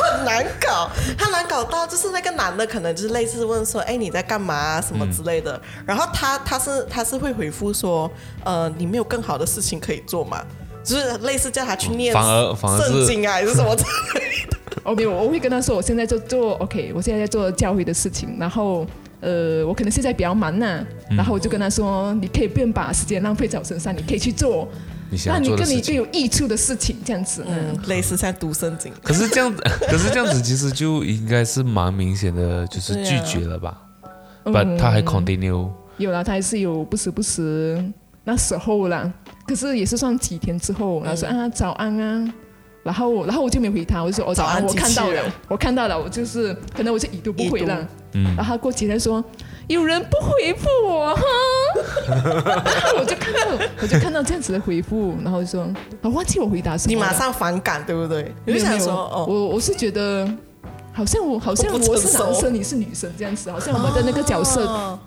A: 很难搞，他难搞到就是那个男的可能就是类似问说，哎你在干嘛、啊、什么之类的，
B: 嗯
A: 然后他他是他是会回复说，呃你没有更好的事情可以做吗？就是类似叫他去念
B: 反而反而
A: 圣
B: 是
A: 经啊，还是什么之类的？
C: 哦，没有，我会跟他说，我现在就做 OK，我现在在做教会的事情，然后呃，我可能现在比较忙呐、
B: 嗯
C: 然后我就跟他说，你可以不用把时间浪费在我身上，你可以去做
B: 你想要
C: 让你
B: 做的
C: 跟
B: 事
C: 你最
B: 情。
C: 有益处的事情，这样子。 嗯，
A: 嗯，类似像读圣经。
B: 可是这样子， 可是这样子，其实就应该是蛮明显的，就是
A: 对啊
B: 拒绝了吧？
C: 嗯
B: 不，他还 continue，
C: 有啦，他还是有不时不时那时候啦，可是也是算几天之后，然后
A: 嗯
C: 说、啊早安啊。然后，然后我就没回他，我就说哦，
A: 早
C: 早
A: 安
C: 安，我
A: 机
C: 看
A: 器
C: 到了
A: 人，
C: 我看到了，我就是可能我就已读不
A: 已
C: 回
A: 读嗯
C: 了。然后他过几天说有人不回复我哈， 然后我就看到我就看到这样子的回复，然后就说我忘记我回答什
A: 你
C: 么了。
A: 马上反感，对不对？你
C: 没有
A: 就想
C: 没有
A: 说，哦，
C: 我我是觉得好像我好像
A: 我不
C: 我
A: 成
C: 是
A: 熟
C: 男生，你是女生这样子，好像我们的那个角色
A: 哦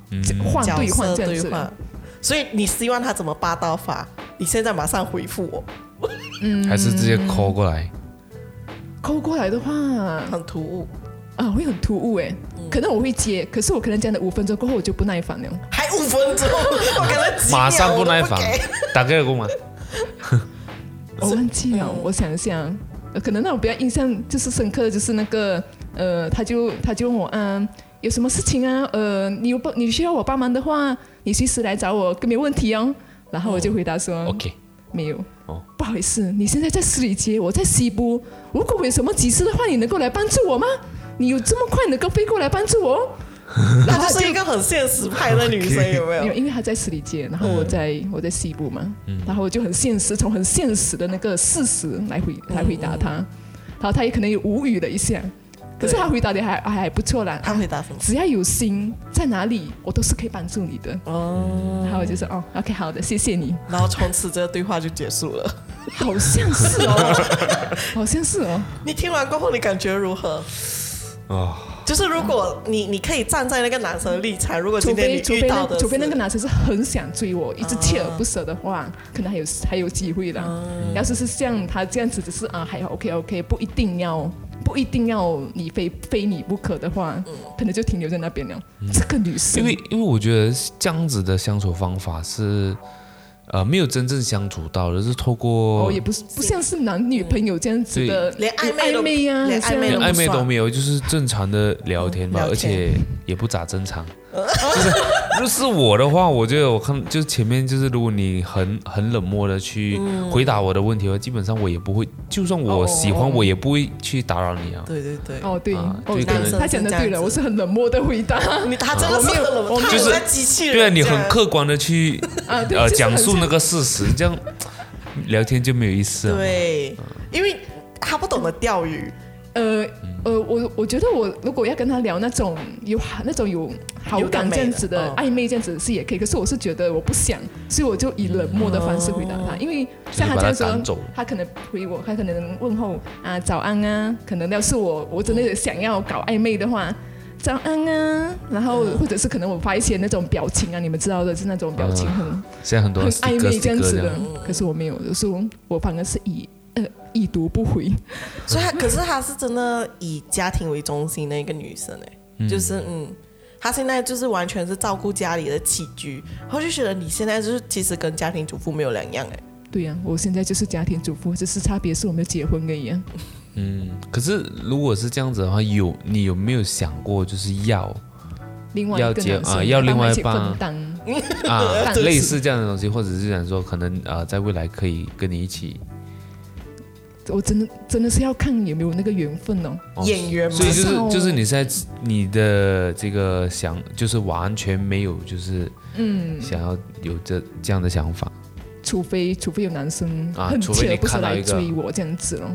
C: 换
A: 角
C: 对换
A: 色
C: 这样
A: 对
C: 子。
A: 换，所以你希望他怎么霸道法？你现在马上回复我，
C: 嗯
B: 还是直接 call 过来？
C: 扣过来的话
A: 很突兀。
C: 啊，会很突兀哎。
B: 嗯
C: 可能我会接，可是我可能讲了五分钟过后我就不耐烦
B: 哦
C: 了。
A: 还五分 钟，我可能几秒
B: 马上
A: 我都
B: 不
A: 不
B: 耐烦
A: 给，
B: 打给我嘛。
C: 我忘记了，
B: 嗯
C: 我想一想，呃可能让我比较印象就是深刻的就是那个，呃，他就他就问我啊，有什么事情啊？呃，你有帮你需要我帮忙的话，你随时来找我，没问题哦。然后我就回答说，
B: OK，
C: 没有。
B: 哦
C: 不好意思，你现在在十里街，我在西部。如果我有什么急事的话，你能够来帮助我吗？你有这么快能够飞过来帮助我哦？ 然后
A: 她
C: 他
A: 就
C: 就是
A: 一个很现实派的女生，有没嗯
C: 没有，
A: 有？
C: 因为他在十里街，然后我在、我在西部嘛，然后我就很现实，从很现实的那个事实来回来回答他，然后他也可能也无语了一下，可是
A: 对
C: 他回答的还还还不错啦。
A: 她回答什么？
C: 只要有心，在哪里我都是可以帮助你的。
A: 哦，
C: 然后我就说哦，OK，好的，谢谢你。
A: 然后从此这个对话就结束了。
C: 好像是哦， 好像是哦。
A: 你听完过后，你感觉如何？
B: 哦，
A: 就是如果你你可以站在那个男生的立场，如果
C: 除
A: 今天
C: 非
A: 你
C: 除
A: 遇
C: 非
A: 到
C: 那
A: 的是，啊
C: 除非那个男生是很想追我，一直锲而不舍的话，可能还有还有机会啦。要是是像他这样子，只是啊，还好 OK OK，不一定要不一定要你非非你不可的话，
A: 嗯
C: 可能就停留在那边了。这个女
B: 嗯
C: 生，
B: 因为因为我觉得这样子的相处方法是，呃，没有真正相处到的，是透过
C: 哦，也不是不像是男女朋友这样子的
A: 嗯对连暧昧都
C: 暧昧啊呀，
A: 连暧昧
B: 连
A: 都
B: 暧昧
A: 不算
B: 都没有，就是正常的
C: 嗯
B: 聊天吧，
A: 聊天
B: 而且也不咋正 常。就是就是我的话，我觉得我看就是前面就是，如果你很很冷漠的去回答我的问题的话，基本上我也不会，就算我喜
C: 嗯哦
B: 欢，
C: 哦哦
B: 我也不会去打扰你啊。
A: 对对对，
C: 哦，对，
B: 啊
C: 哦，
B: 对可能
C: 他讲的对了，我是很冷漠的回答
A: 你他真的是很冷漠，
C: 哦我没有
A: 他
B: 就是
A: 在机器人这
B: 对啊，
A: 样，
B: 你很客观的去
C: 啊，对，
B: 呃
C: 就是
B: 讲
C: 很
B: 述
C: 像
B: 那个事实，这样聊天就没有意思啊
A: 啊
B: 了。
A: 对，因为他不懂得钓鱼，
C: 呃呃，我我觉得我如果要跟他聊那种有那种有好
A: 有感
C: 感
A: 美
C: 这样子
A: 的
C: 的
A: 哦
C: 暧昧这样子是也可以，可是我是觉得我不想，所以我就以冷漠的方式回答
A: 哦
C: 他，因为像他这样
B: 就是把他赶
C: 说
B: 走，
C: 他可能回我，他可能问候啊早安啊，可能要是我我真的想要搞暧昧的话。早安啊，然后
A: 嗯
C: 或者是可能我发一些那种表情啊，你们知道的，是那种表情
A: 嗯
C: 很、
B: 现在很多
C: 很
B: sticker-
C: 暧昧这样
B: sticker
C: 子的，可是我没有，有时候我反而是以呃已读不回，
A: 所以她可是她是真的以家庭为中心的一个女生哎、就是嗯。她现在就是完全是照顾家里的起居，然后就觉得你现在就是其实跟家庭主妇没有两样哎，
C: 对呀、我现在就是家庭主妇，只是差别是我没有结婚而已、啊。
B: 嗯可是如果是这样子的话，有你有没有想过就是 要
C: 另外一个
B: 要结
C: 男生
B: 啊要另外一
C: 帮
B: 半
C: 忙一起分担，
B: 啊，
C: 但是
B: 类似这样的东西，或者是想说，可能呃，在未来可以跟你一起
C: 我真的真的是要看有没有那个缘分哦。
B: 哦
A: 演员嘛
B: 所以就
C: 至
B: 是
C: 少哦
B: 就是你现在你的这个想，就是完全没有就是嗯，想要有这这样的想法。
C: 除非除非有男生
B: 啊
C: 很
B: 除非你
C: 锲而不舍
B: 看到
C: 来
B: 一个
C: 追我这样子咯，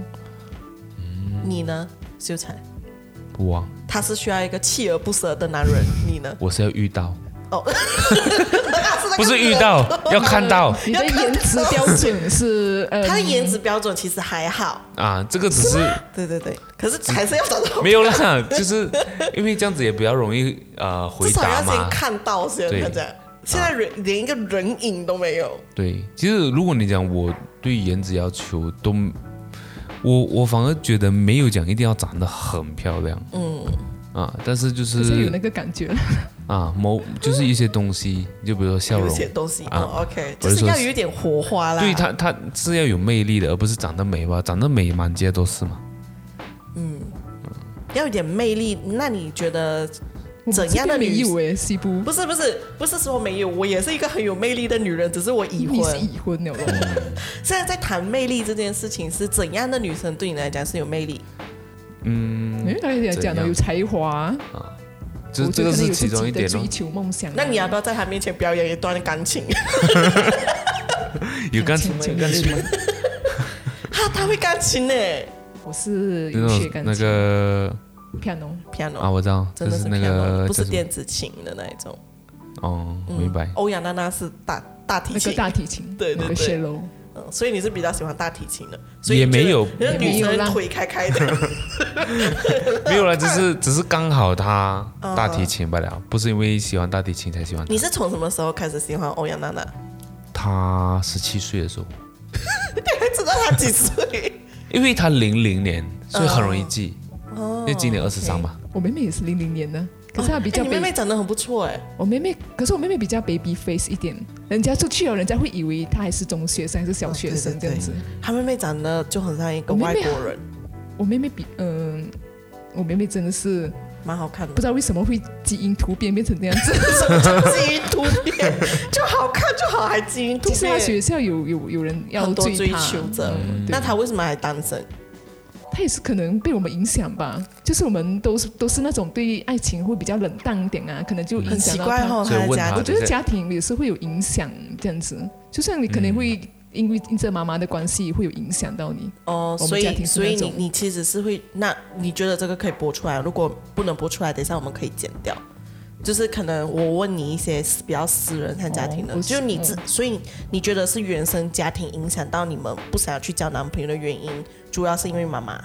A: 你呢，秀才？
B: 哇，
A: 她是需要一个锲而不舍的男人，你呢？
B: 我是要遇到，
A: 她是那个
B: 不是遇 到， 要看到
C: 你的颜值标 准是呃
A: 她的颜值标准其实还好，
B: 啊，这个只是
A: 对对对，可是还是要找到，
B: 没有啦， 就是因为这样子也比较容易呃 回
A: 至少
B: 答
A: 要
B: 嘛
A: 先。看到先，
B: 对
A: 看这样。现在人、连一个人影都没有，
B: 对，其实如果你讲我对颜值要求都，我我反而觉得没有讲一定要长得很漂亮，嗯，啊，但是就
C: 可是有
B: 是
C: 那个感觉，
B: 啊某就是一些东西，就比如说笑
A: 有
B: 容
A: 一，些东西、
B: 啊
A: 哦、，OK，
B: 我
A: 就是是
B: 说
A: 要有一点火花啦。
B: 对他他是要有魅力的，而不是长得美吧？长得美满街都是嘛。
A: 要有点魅力。那你觉得
C: 我们
A: 怎样的
C: 这边
A: 女
C: 没有哎，西部
A: 不是不是不是说没有，我也是一个很有魅力的女人，只是我已
C: 你是
A: 婚。
C: 已婚了咯，
A: 现在在谈魅力这件事情，是怎样的女生对你来讲是有魅力？
C: 因为刚才也讲
B: 嗯怎
C: 了
B: 样
C: 有才华，
B: 这
C: 我
B: 这
C: 觉得
B: 个
C: 可能
B: 是
C: 有
B: 其
C: 自
B: 中
C: 己
B: 一
C: 的
B: 点咯
C: 追，求梦想啊。
A: 那你要不要在她面前表演一段钢 琴？
B: 有钢琴
C: 感
B: 有
C: 情
B: 钢琴，
C: 吗？
A: 她她会钢琴呢
C: 我是
B: 那
C: 有学
B: 种
C: 钢
B: 那
C: 琴
B: 个
C: ，piano，
A: ，piano，、
B: 啊，我知道，
C: 哦
A: 真
B: 就
A: 的是
B: 是那
A: piano，
B: 个
A: 不是
B: 叫什么
A: 电子琴的那一种。
B: 哦，
C: 嗯
B: 明白。
A: 欧阳娜娜是大大提
C: 那个
A: 琴，
C: 大提 琴，
A: 对对
C: 那个
A: 对
C: cello。
A: 嗯，所以你是比较喜欢大提琴的，所以
B: 也
A: 你觉得
B: 没有
A: 那女
C: 也没有
A: 生
C: 啦
A: 腿开开 的，
B: 没有啦，只是只是刚好 他
C: 哦
B: 大提琴罢了，不是因为喜欢大提琴才喜欢他
A: 你。是从什么时候开始喜欢欧阳娜娜？
B: 他十七岁的时候，
A: 还知道哎她几岁？
B: 因为
C: 嗯哦
B: 他零零年，所以很容易记。因为今年二十三嘛，
C: 我妹妹也是零零年的，可是她 比较
A: 哎你
C: 被
A: 妹妹长得很不错哎，
C: 我妹妹，可是我妹妹比较 baby face 一点，人家出去了，人家会以为她还是中学生还是小学
A: 哦
C: 生这
A: 对对对
C: 样子。
A: 她妹妹长得就很像一个
C: 我妹啊
A: 外
C: 妹
A: 国人，
C: 我妹妹比，嗯、我妹妹真的是
A: 蛮好看的
C: 不。知道为什么会基因突变变成这样子。
A: 什么叫基因突 变？就好看就好，还基 因突
C: 其实她
A: 变？
C: 学校有有有人要
A: 很多
C: 追
A: 追
C: 她，
A: 求者
C: 嗯对
A: 那她为什么还单身？
C: 她也是可能被我们影响吧，就是我们都是都是那种对爱情会比较冷淡一点啊，可能就
A: 很
C: 影响
A: 奇
C: 到
A: 怪
C: 她
A: 哦，
B: 所以
A: 她的
B: 问
C: 我
A: 家
B: 她
C: 觉得家庭也是会有影响，这样子，就像你可能会因为因着妈妈的关系会有影响到你。
A: 哦，
C: 我们
A: 所
C: 家
A: 以
C: 庭是
A: 所以
C: 那种
A: 你你其实是会，那你觉得这个可以播出来？如果不能播出来，等一下我们可以剪掉。就是可能我问你一些比较私人和家庭的，
C: 哦我
A: 就你自
C: 嗯，
A: 所以你觉得是原生家庭影响到你们不想要去交男朋友的原因，主要是因为妈妈。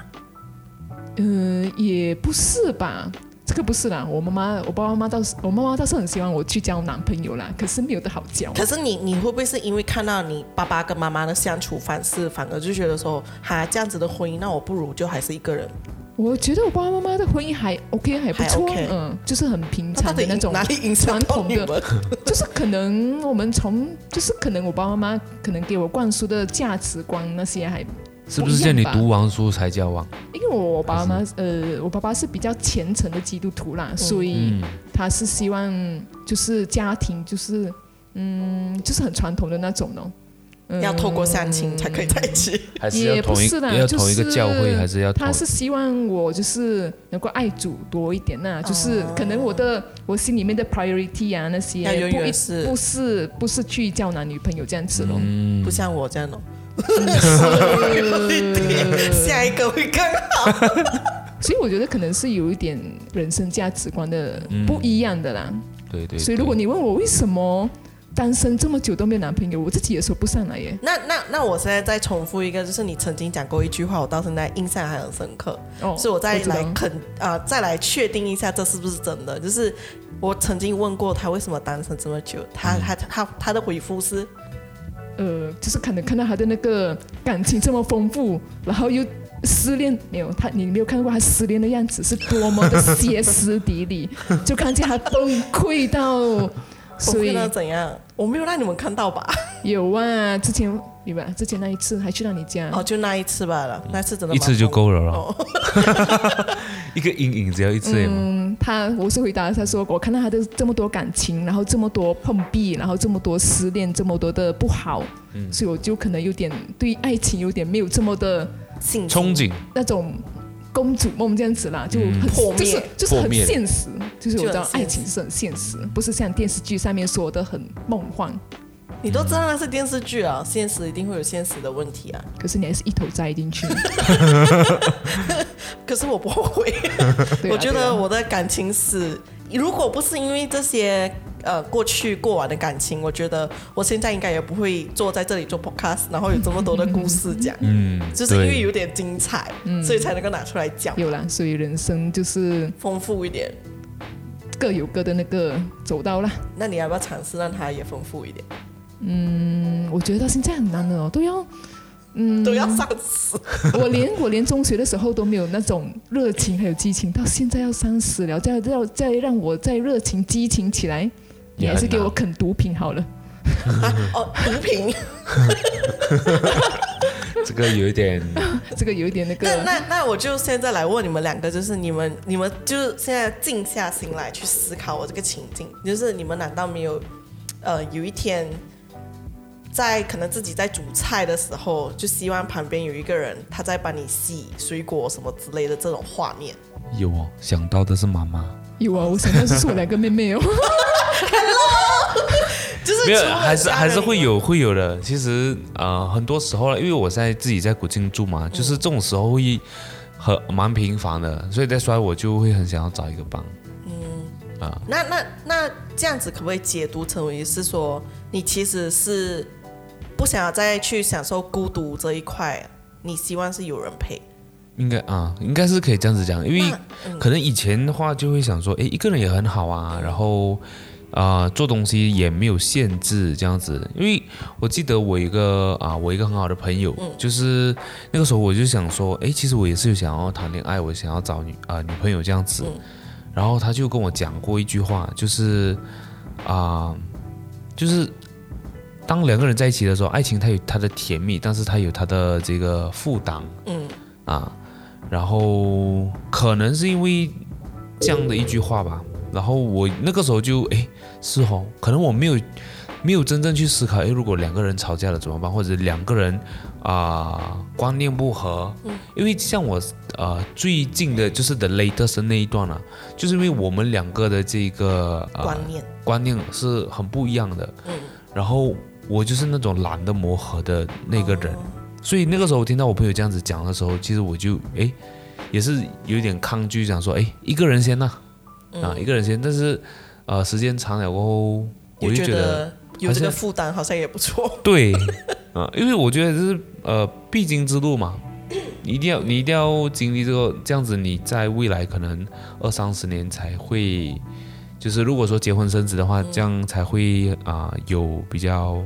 C: 嗯，也不是吧，这个不是啦。我妈妈，我爸爸妈妈倒是，我妈妈倒是很希望我去交男朋友啦，可是没有的好交。
A: 可是你你会不会是因为看到你爸爸跟妈妈的相处方式，反而就觉得说，哈这样子的婚姻，那我不如就还是一个人。
C: 嗯我觉得我爸爸妈妈的婚姻还 OK，还不
A: 还
C: 错
A: OK
C: 嗯，就是很平
A: 他到
C: 常
A: 底
C: 的那种
A: 哪，里影响到你
C: 传统
A: 们？
C: 就是可能我们从，就是可能我爸爸妈妈可能给我灌输的价值观那些还
B: 是不是叫你读完书才叫王？
C: 因为我爸爸妈呃，我爸爸是比较虔诚的基督
A: 嗯
C: 徒啦，所
B: 嗯
C: 以他是希望就是家庭就是嗯，就是很传统的那种哦。嗯
A: 要透过相亲才可以在一起。
B: 还是要
C: 也不
B: 同一
C: 是啦
B: 要同一个教
C: 就
B: 会，
C: 是
B: 还是要同
C: 他是希望我就是能够爱主多一点
A: 哦
C: 呐、就是可能我的我心里面的 priority 啊那些
A: 要永
C: 不一
A: 远是
C: 不是不是去交男女朋友这样子咯。
B: 嗯
A: 不像我这样哦，有一点下一个 会更好。
C: 所以我觉得可能是有一点人生价值观的不一样的啦。
B: 对嗯对。
C: 所以如果
B: 对
C: 你问我为什么单身这么久都没有男朋友，我自己也说不上来耶。
A: 那那那我现在再重复一个，就是你曾经讲过一句话，我到现在印象还很深刻，
C: 哦，
A: 所以我再
C: 知道
A: 来肯啊、再来确定一下这是不是真的。就是我曾经问过他为什么单身这么久，他
C: 嗯
A: 他他他的回复是
C: 呃，就是可能看到他的那个感情这么丰富，然后又失恋，没有他，你没有看过他失恋的样子是多么的歇斯底里，就看见他崩溃到，
A: 我
C: 所
A: 会
C: 以
A: 到怎样？我没有让你们看到吧？
C: 有啊，之前你们之前那一次还去到你家，
A: 哦，就那一次罢
C: 嗯
A: 了，那次真的
B: 一次就
A: 够。
B: 够了咯，
A: 哦，
B: 一个阴影只要一次而已嘛。
C: 嗯，他我是回答他说，我看到他的这么多感情，然后这么多碰壁，然后这么多失恋，这么多的不好，所以我就可能有点对爱情有点没有这么的
A: 性
B: 憧憬，
C: 那种公主梦这样子啦，就很、
A: 破灭
C: 就是就
B: 嗯
C: 是
B: 破
C: 很
B: 灭
C: 现实，就是我知
A: 就
C: 道
A: 很现实
C: 爱情是很现实，不是像电视剧上面说的很梦幻。
A: 你都知道那是电视剧啊，现实一定会有现实的问题啊。
C: 可是你还是一头栽进 去，
A: 可是我不会，
C: 对啊
A: 我觉
C: 对啊
A: 得我的感情史，如果不是因为这些呃过去过往的感情，我觉得我现在应该也不会坐在这里做 podcast，然后有这么多的故事讲，
B: 嗯，
A: 就是因为
B: 对
A: 有点精彩，所以才能够拿出来讲，
C: 有啦，所以人生就是
A: 丰富一点。
C: 各有各的那个走道啦。
A: 那你要不要尝试让它也丰富一点？
C: 嗯，我觉得到现在很难了哦，都要。嗯，
A: 都要上死，
C: 我连我连中学的时候都没有那种热情还有激情，到现在要三十了，再要再让我再热情激情起来，你
B: 也
C: 还是
B: 很
C: 给我
B: 难
C: 啃毒品好了。
B: 嗯
A: 哦，毒品。
B: 这个有一点，
C: 这个有一点那个
A: 那。那那我就现在来问你们两个，就是你们你们就是现在静下心来去思考我这个情境，就是你们难道没有呃有一天在可能自己在煮菜的时候，就希望旁边有一个人他在帮你洗水果什么之类的这种画面？
B: 有哦，想到的是妈妈，
C: 有啊，我想到是我两个妹妹 哦。
A: 就是
B: 没
A: 除
B: 有，
A: 了
B: 还是
A: 家人
B: 还是会
A: 以外
B: 有会有的。其实呃，很多时候了，因为我在自己在古晋住嘛，
A: 嗯
B: 就是这种时候会很蛮频繁的，所以在摔我就会很想要找一个帮。
A: 那那那这样子可不可以解读成为是说，你其实是不想要再去享受孤独这一块，你希望是有人陪？
B: 应该啊，应该是可以这样子讲，因为
A: 那嗯
B: 可能以前的话就会想说，诶，一个人也很好啊，然后啊、呃做东西也没有限制这样子。因为我记得我一个啊、我一个很好的朋友，
A: 嗯
B: 就是那个
A: 嗯
B: 时候我就想说，诶，其实我也是有想要谈恋爱，我想要找女啊、女朋友这样子。然后他就跟我讲过一句话，就是啊、就是当两个人在一起的时候，爱情它有它的甜蜜，但是它有它的这个负担，
A: 嗯
B: 啊，然后可能是因为这样的一句话吧，然后我那个时候就哎是哦，可能我没有没有真正去思考，哎，如果两个人吵架了怎么办，或者两个人啊、观念不合，因为像我呃最近的就是 the latest 那一段啊，就是因为我们两个的这个、呃、
A: 观念，
B: 观念是很不一样的。
A: 嗯
B: 然后我就是那种懒得磨合的那个人，
A: 哦
B: 所以那个时候我听到我朋友这样子讲的时候，其实我就哎也是有点抗拒，想说哎一个人先呐
A: 嗯
B: 啊一个人先。但是呃时间长了过后，我
A: 就
B: 就
A: 觉
B: 觉得
A: 得有这个
B: 好像
A: 负担好像也不错。
B: 对 啊，因为我觉得这是呃必经之路嘛。你一定要，你一定要经历这个，这样子你在未来可能二三十年才会，就是如果说结婚生子的话，这样才会啊、有比较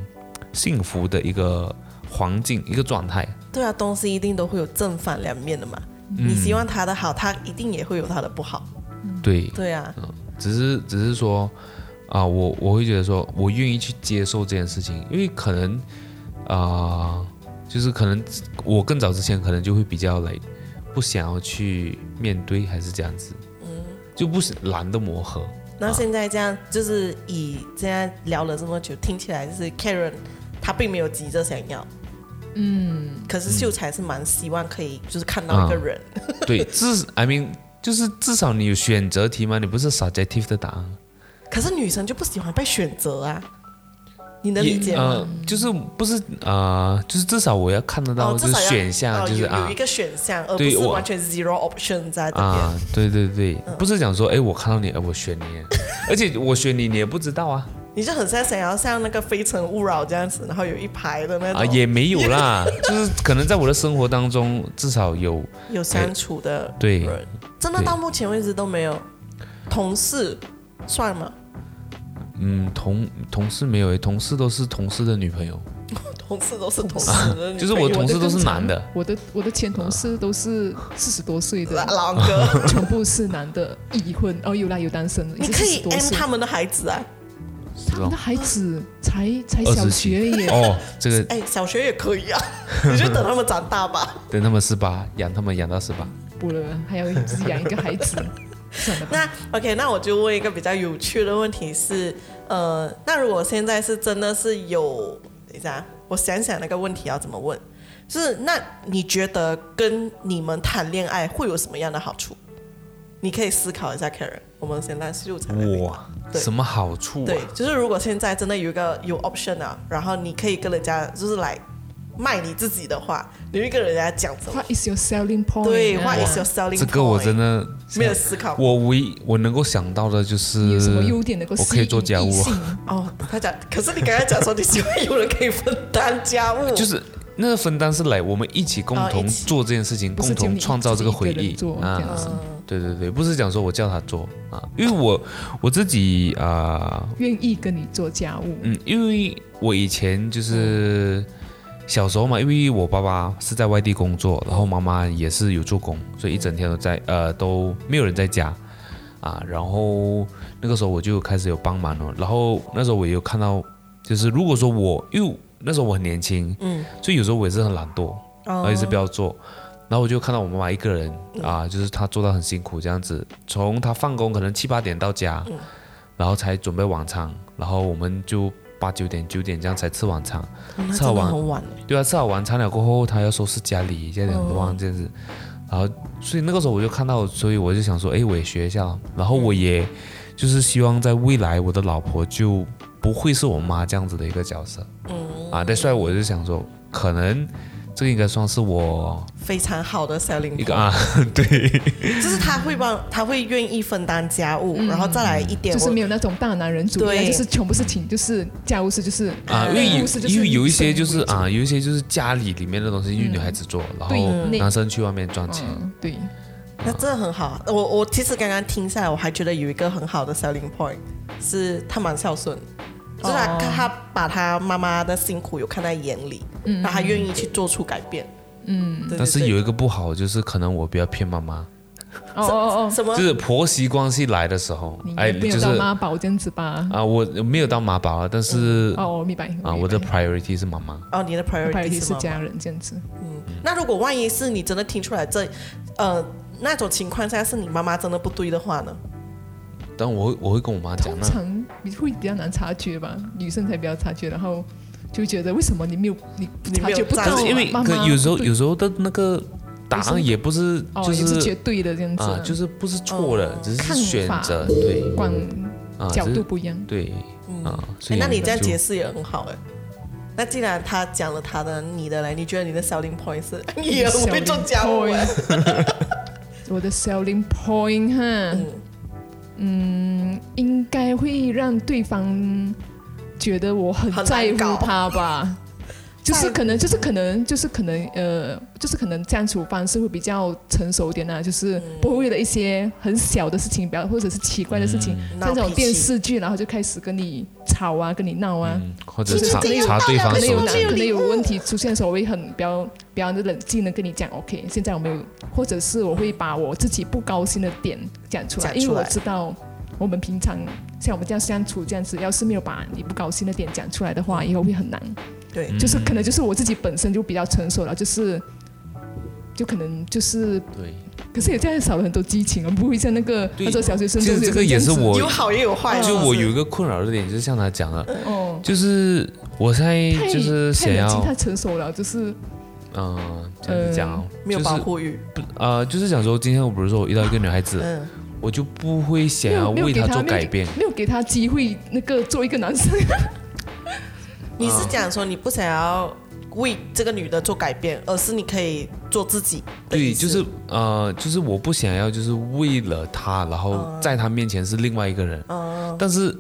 B: 幸福的一个环境一个状态。
A: 对啊，东西一定都会有正反两面的嘛。
B: 嗯
A: 你希望他的好，他一定也会有他的不好。
B: 对，
A: 对啊，
B: 只是只是说啊、我我会觉得说我愿意去接受这件事情，因为可能啊、就是可能我更早之前可能就会比较来不想要去面对，还是这样子，
A: 嗯
B: 就不是懒得磨合。
A: 那现在这样，就是以现在聊了这么久，听起来就是 Karen 她并没有急着想要，嗯，可是秀才是蛮希望可以就是看到一个人，
B: 嗯对，至 I mean 就是至少你有选择题嘛，你不是 subjective 的答案，
A: 可是女生就不喜欢被选择啊，你能理解吗？
B: 呃，就是不是啊、呃就是至少我要看得到，
A: 哦，至
B: 就是
A: 少要
B: 选项，
A: 哦
B: 就是
A: 有
B: 啊
A: 有一，个选项，而不
B: 对
A: 是
B: 我
A: 完全 zero option 在这边。
B: 啊，对对对，
C: 嗯
B: 不是讲说，哎，我看到你，哎，我 选你，而且我选你，你也不知道啊，
A: 你就很像想要像那个《非诚勿扰》这样子，然后有一排的那种
B: 啊，
C: 哦
B: 也没有啦， 就是可能在我的生活当中，至少有
A: 有相处的
B: 对
A: 人，真的
B: 对
A: 到目前为止都没有。同事算吗？
B: 嗯，同同事没有诶，同事都是同事的女朋友，
A: 同事都是同事的女朋友，
B: 啊就是我同事都是男的，
C: 我的我的前同事都是四十多岁的
A: 老，老 哥，
C: 全部是男的，已婚哦，有啦有单身的，也
A: 你
C: 是
A: 可
C: 四十
A: 以
C: 多
A: M
C: 岁。
A: 他们的孩子啊，
B: 是
C: 他们
B: 吧
C: 的？孩子才才
B: 二
C: 小
B: 十
C: 学
B: 几
C: 耶，
B: 哦，这个
A: 哎，小学也可以 啊，你就等他们长大吧。
B: 等他们十八，养他们养到十八，
C: 不了，还要自己养一个孩子，算了吧。
A: 那 OK，那我就问一个比较有趣的问题是，呃，那如果现在是真的是有，等一下啊，我想想那个问题要怎么问，是那你觉得跟你们谈恋爱会有什么样的好处？你可以思考一下，Karen。我们现在是入场来宾
B: 哇，
A: 对
B: 什么好处啊
A: 对？，就是如果现在真的有一个有 option 啊，然后你可以跟人家就是来卖你自己的话，你会跟人家讲什么？
C: What is your selling point？
A: 对
C: 啊
A: ，What is your selling？
B: 这个我
A: point？
B: 真的
A: 没有思考过。
B: 我唯一我能够想到的就
C: 哎你
B: 是
C: 有什么优点能够
B: 我
C: 吸
B: 可以
C: 引
B: 做家务
C: 异
B: 啊
C: 性？
A: 哦，他讲，可是你刚才讲说你喜欢有人可以分担家务，
B: 就是那个分担是来我们一起共
A: 哦一
B: 同
A: 起
B: 做这件事情，
C: 不是
B: 共
C: 就你
B: 同创造这回
C: 自己
B: 忆
C: 一个人做这样
B: 啊
C: 子。
A: 嗯
B: 对对对，不是讲说我叫他做啊，因为我我自己啊、
C: 愿意跟你做家务，
B: 嗯，因为我以前就是小时候嘛，因为我爸爸是在外地工作，然后妈妈也是有做工，所以一整天都在呃都没有人在家啊。然后那个时候我就开始有帮忙了，然后那时候我也有看到，就是如果说我因为那时候我很年轻，
A: 嗯，
B: 所以有时候我也是很懒惰，然
A: 哦
B: 后一直不要做。然后我就看到我妈妈一个人啊，就是她做到很辛苦这样子，从她放工可能七八点到家，然后才准备晚餐，然后我们就八九点九点这样才吃晚餐。
A: 那真
B: 测
A: 的
B: 完
A: 很晚欸
B: 对啊，吃好晚餐了过后，她要收拾家里，家里很乱这样子。然后，所以那个时候我就看到，所以我就想说，哎，我也学一下咯。然后我也就是希望在未来我的老婆就不会是我妈这样子的一个角色。嗯啊，但所以我就想说，可能这应该算是我
A: 非常好的 selling
B: 一
A: point，
B: 个啊，对。
A: 就是他会帮，他会愿意分担家务，然后再来一点，
C: 嗯就是
A: 我
C: 没有那种大男人主义啊，
A: 对
C: 就是全部是请，就是家务事就是
B: 啊，
A: 那
B: 因为
A: 个
B: 有
C: 故事就是
B: 因为有一些
C: 女生
B: 就是
C: 为主
B: 啊，有一些就是家里里面的东西，因为女孩子做，然
C: 嗯对
B: 后
C: 那
B: 男生去外面赚钱。
C: 嗯对，
A: 那真的很好。我我其实刚刚听下来，我还觉得有一个很好的 selling point 是他蛮孝顺，就是他、
C: 哦
A: 他把他妈妈的辛苦有看在眼里，然后他愿意去做出改变。嗯，对对
B: 但是
A: 对
B: 有一个不好就是可能我比较骗妈妈，
C: 哦哦哦，
A: 什么
B: 就是婆媳关系来的时候
C: 你，
B: 哎，就
C: 没有
B: 是
C: 到妈宝这样子吧？
B: 啊，我没有当妈宝啊，但是
C: 哦，我明白。
B: 啊，
C: 明
B: 我的
C: 白
B: priority 是妈妈。
A: 哦，你的 priority
C: priority
A: 是
C: 是
A: 吗？
C: 家人这样子。
A: 那如果万一是你真的听出来这，呃，那种情况下是你妈妈真的不对的话呢？
B: 但我会我会跟我妈讲啊
C: 通
B: 那
C: 常你会比较难察觉吧，女生才比较察觉，然后就觉得为什么你没有你
A: 你
C: 察
A: 没有
C: 觉不
A: 察觉
C: 到
B: 但
C: 啊，
B: 是因为
C: 妈
B: 可
C: 妈
B: 有时候
C: 对
B: 有时候的那个答
C: 有时候
B: 案也不是
C: 哦
B: 就
C: 也是
B: 是
C: 绝对的这样子
B: 啊，就是不是错的，只是
C: 看
B: 选
C: 法
B: 择对
C: 观
B: 啊，
C: 角
B: 只
C: 度
B: 是
C: 不一样。
B: 对啊，所
A: 哎
B: 以
A: 那你这样
B: 就
A: 解释也很好哎、那既然他讲了他的、你的嘞，你觉得你的 selling point 是？你 也很会做家务哎、
C: 我的 selling point 哈，嗯应该会让对方觉得我很
A: 很难
C: 在乎
A: 搞
C: 他吧。就是
A: 在
C: 可能，就是可能，就是可能，呃，就是可能相处方式会比较成熟一点啊，就是不会为了一些很小的事情，比较或者是奇怪的事情，
A: 嗯
C: 像这
A: 闹
C: 种
A: 脾
C: 电
A: 气
C: 视剧，然后就开始跟你吵啊，跟你闹啊，
B: 嗯或者
C: 其实
B: 查
C: 这个
B: 查对方
C: 可能有
B: 手
C: 难，
B: 机
C: 可能有问题出现的时候，我会很比较比较冷静的跟你讲，OK，现在我没有，或者是我会把我自己不高兴的点讲出来，
A: 讲出来
C: 因为我知道我们平常像我们这样相处这样子，要是没有把你不高兴的点讲出来的话，以后会很难。
A: 对，
B: 嗯
C: 就是可能就是我自己本身就比较成熟了，就是就可能就是，
B: 对，
C: 可是也这样少了很多激情啊，不会像那个
B: 对
C: 那时候小学生
B: 其实
C: 中学
B: 这个
C: 生
B: 也
C: 样
B: 是
C: 子
B: 我
A: 有好也有坏。哦
B: 就是我
A: 不是
B: 有一个困扰的点，就是像他讲了，
C: 哦。
B: 就是我现在
C: 太
B: 就是
C: 太
B: 想
C: 冷静，
B: 要
C: 太成熟了，就是
B: 嗯，这样子讲哦，
A: 没有
B: 就是
A: 保护欲，
B: 呃，就是想说，今天我比如说我遇到一个女孩子，
A: 嗯，
B: 我就不会想
C: 没
B: 要
C: 有没有
B: 为
C: 给
B: 她
C: 他
B: 做
C: 没有
B: 改
C: 给
B: 变，
C: 没有给他机会那个做一个男生。
A: 你是讲说你不想要为这个女的做改变，而是你可以做自己的
B: 对，
A: 意思。
B: 就是呃，就是我不想要，就是为了她，然
C: 嗯
B: 后在她面前是另外一个人，但是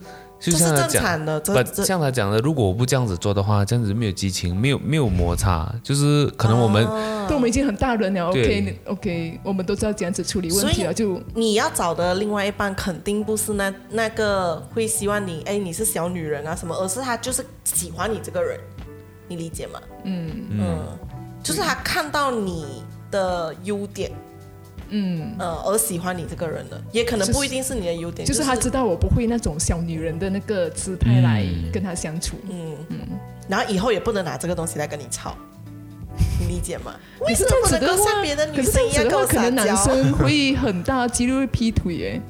A: 这
B: 就
A: 是
B: 像她
A: 正
B: 讲。
A: 常的，
B: 不
A: 这这
B: 像她讲的，如果我不这样子做的话，这样子没有激情，没有没有摩擦，就是可能我们、
C: 但我们已经很大人了
B: 对
C: ，OK OK，我们都知道怎样子处理问题了，就
A: 你要找的另外一半肯定不是那那个会希望你哎你是小女人啊什么，而是他就是喜欢你这个人，你理解吗？嗯嗯，就是他看到你的优点，嗯呃而喜欢你这个人的，也可能
C: 就是
A: 不一定是你的优点，
C: 就是他知道我不会那种小女人的那个姿态来跟他相处。
A: 嗯然后以后也不能拿这个东西来跟你 吵，你理解吗？为
C: 可是
A: 什么不能
C: 这样子的
A: 够
C: 话
A: 像别的，女
C: 可是这
A: 生
C: 样
A: 一样
C: 子
A: 跟
C: 的话，
A: 我
C: 可
A: 撒
C: 能男
A: 娇？
C: 生会很大几率会劈腿哎，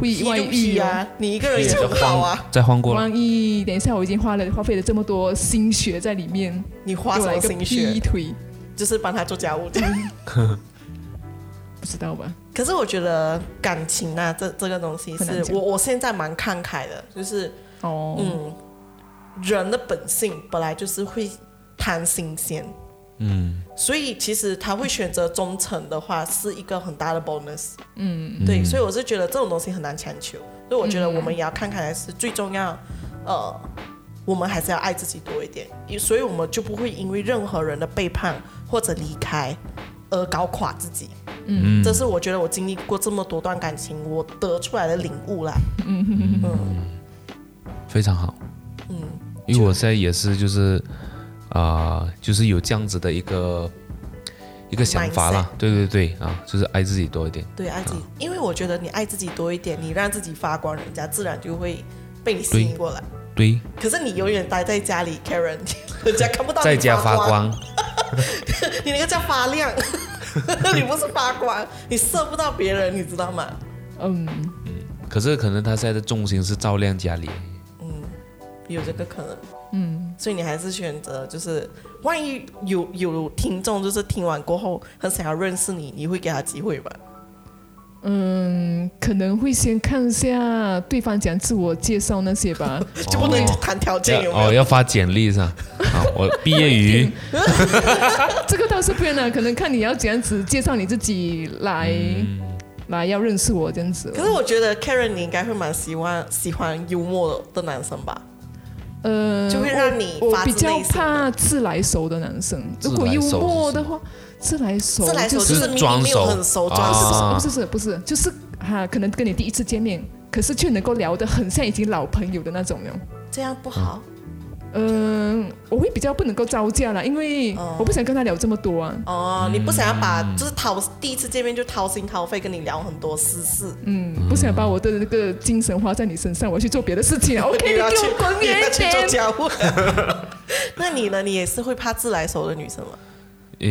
C: 会外遇
A: 劈
C: 哦。
A: 啊，你一个人也
B: 再
A: 很好
B: 晃
A: 啊，
B: 再换过来，
C: 万一等一下我已经花了花费了这么多心血在里面，
A: 你花
C: 又
A: 什
C: 来
A: 么
C: 一个
A: 心血
C: 劈？腿，
A: 就是帮他做家务这样。
C: 不知道吧？
A: 可是我觉得感情啊，这这个东西
C: 很难
A: 是
C: 讲
A: 我我现在蛮看开的，就是
C: 哦，
A: 嗯，人的本性本来就是会贪新鲜，嗯，所以其实他会选择忠诚的话，是一个很大的 bonus，嗯，对，所以我是觉得这种东西很难强求，所以我觉得我们也要看开来是最重要，呃，我们还是要爱自己多一点，所以我们就不会因为任何人的背叛或者离开而搞垮自己。嗯，这是我觉得我经历过这么多段感情，我得出来的领悟啦。嗯
B: 非常好。嗯，因为我现在也是就是啊、就是有这样子的一个一个想法啦。对对对啊，就是爱自己多一点。
A: 对，爱自己，因为我觉得你爱自己多一点，你让自己发光，人家自然就会被你吸引过来。
B: 对，
A: 可是你永远待在家里，Karen，人 家看不到你
B: 在家
A: 发
B: 发，光，
A: 你那个叫发亮， 你不是发光，你射不到别人，你知道吗？
C: 嗯，
B: 可是可能他现在的重心是照亮家里。
A: 有这个可能，嗯，所以你还是选择就是，万一有有听众就是听完过后很想要认识你，你会给他机会吧？
C: 嗯，可能会先看一下对方讲自我介绍那些吧。
A: 就不能谈条件有
B: 要
A: 没
B: 哦，
A: 有？
B: 要发简 历是吧？啊，我毕业于
C: 这个倒是不用了，可能看你要怎样子介绍你自己来、
B: 嗯
C: 来要认识我这样子
A: 可。是我觉得 Karen 你应该会蛮喜欢喜欢幽默的男生吧？
C: 呃，
A: 就会让你
C: 我
A: 发
C: 比
A: 自
C: 较
A: 内心的
C: 怕自来熟的男生，
B: 自
C: 如
B: 来熟
C: 果幽默的话，自来熟
A: 自来熟
C: 就
A: 就是是明明没有很熟，
B: 就是
A: 装
B: 装熟
A: 熟。
B: 啊
C: 不是不是不是，就是哈、可能跟你第一次见面，可是却能够聊得很像已经老朋友的那种哟。
A: 这样不好。
C: 嗯、我会比较不能够招架了，因为
A: 哦
C: 我不想跟他聊这么多啊。
A: 哦，你不想要把就是掏第一次见面就掏心掏肺跟你聊很多私事，
C: 嗯，不想把我的那个精神花在你身上，我要去做别的事情啊。OK，
A: 你
C: 你给
A: 要去
C: 我滚
A: 你
C: 远
A: 要
C: 一
A: 去做
C: 点。
A: 家务。那你呢？你也是会怕自来熟的女生吗？
B: 诶，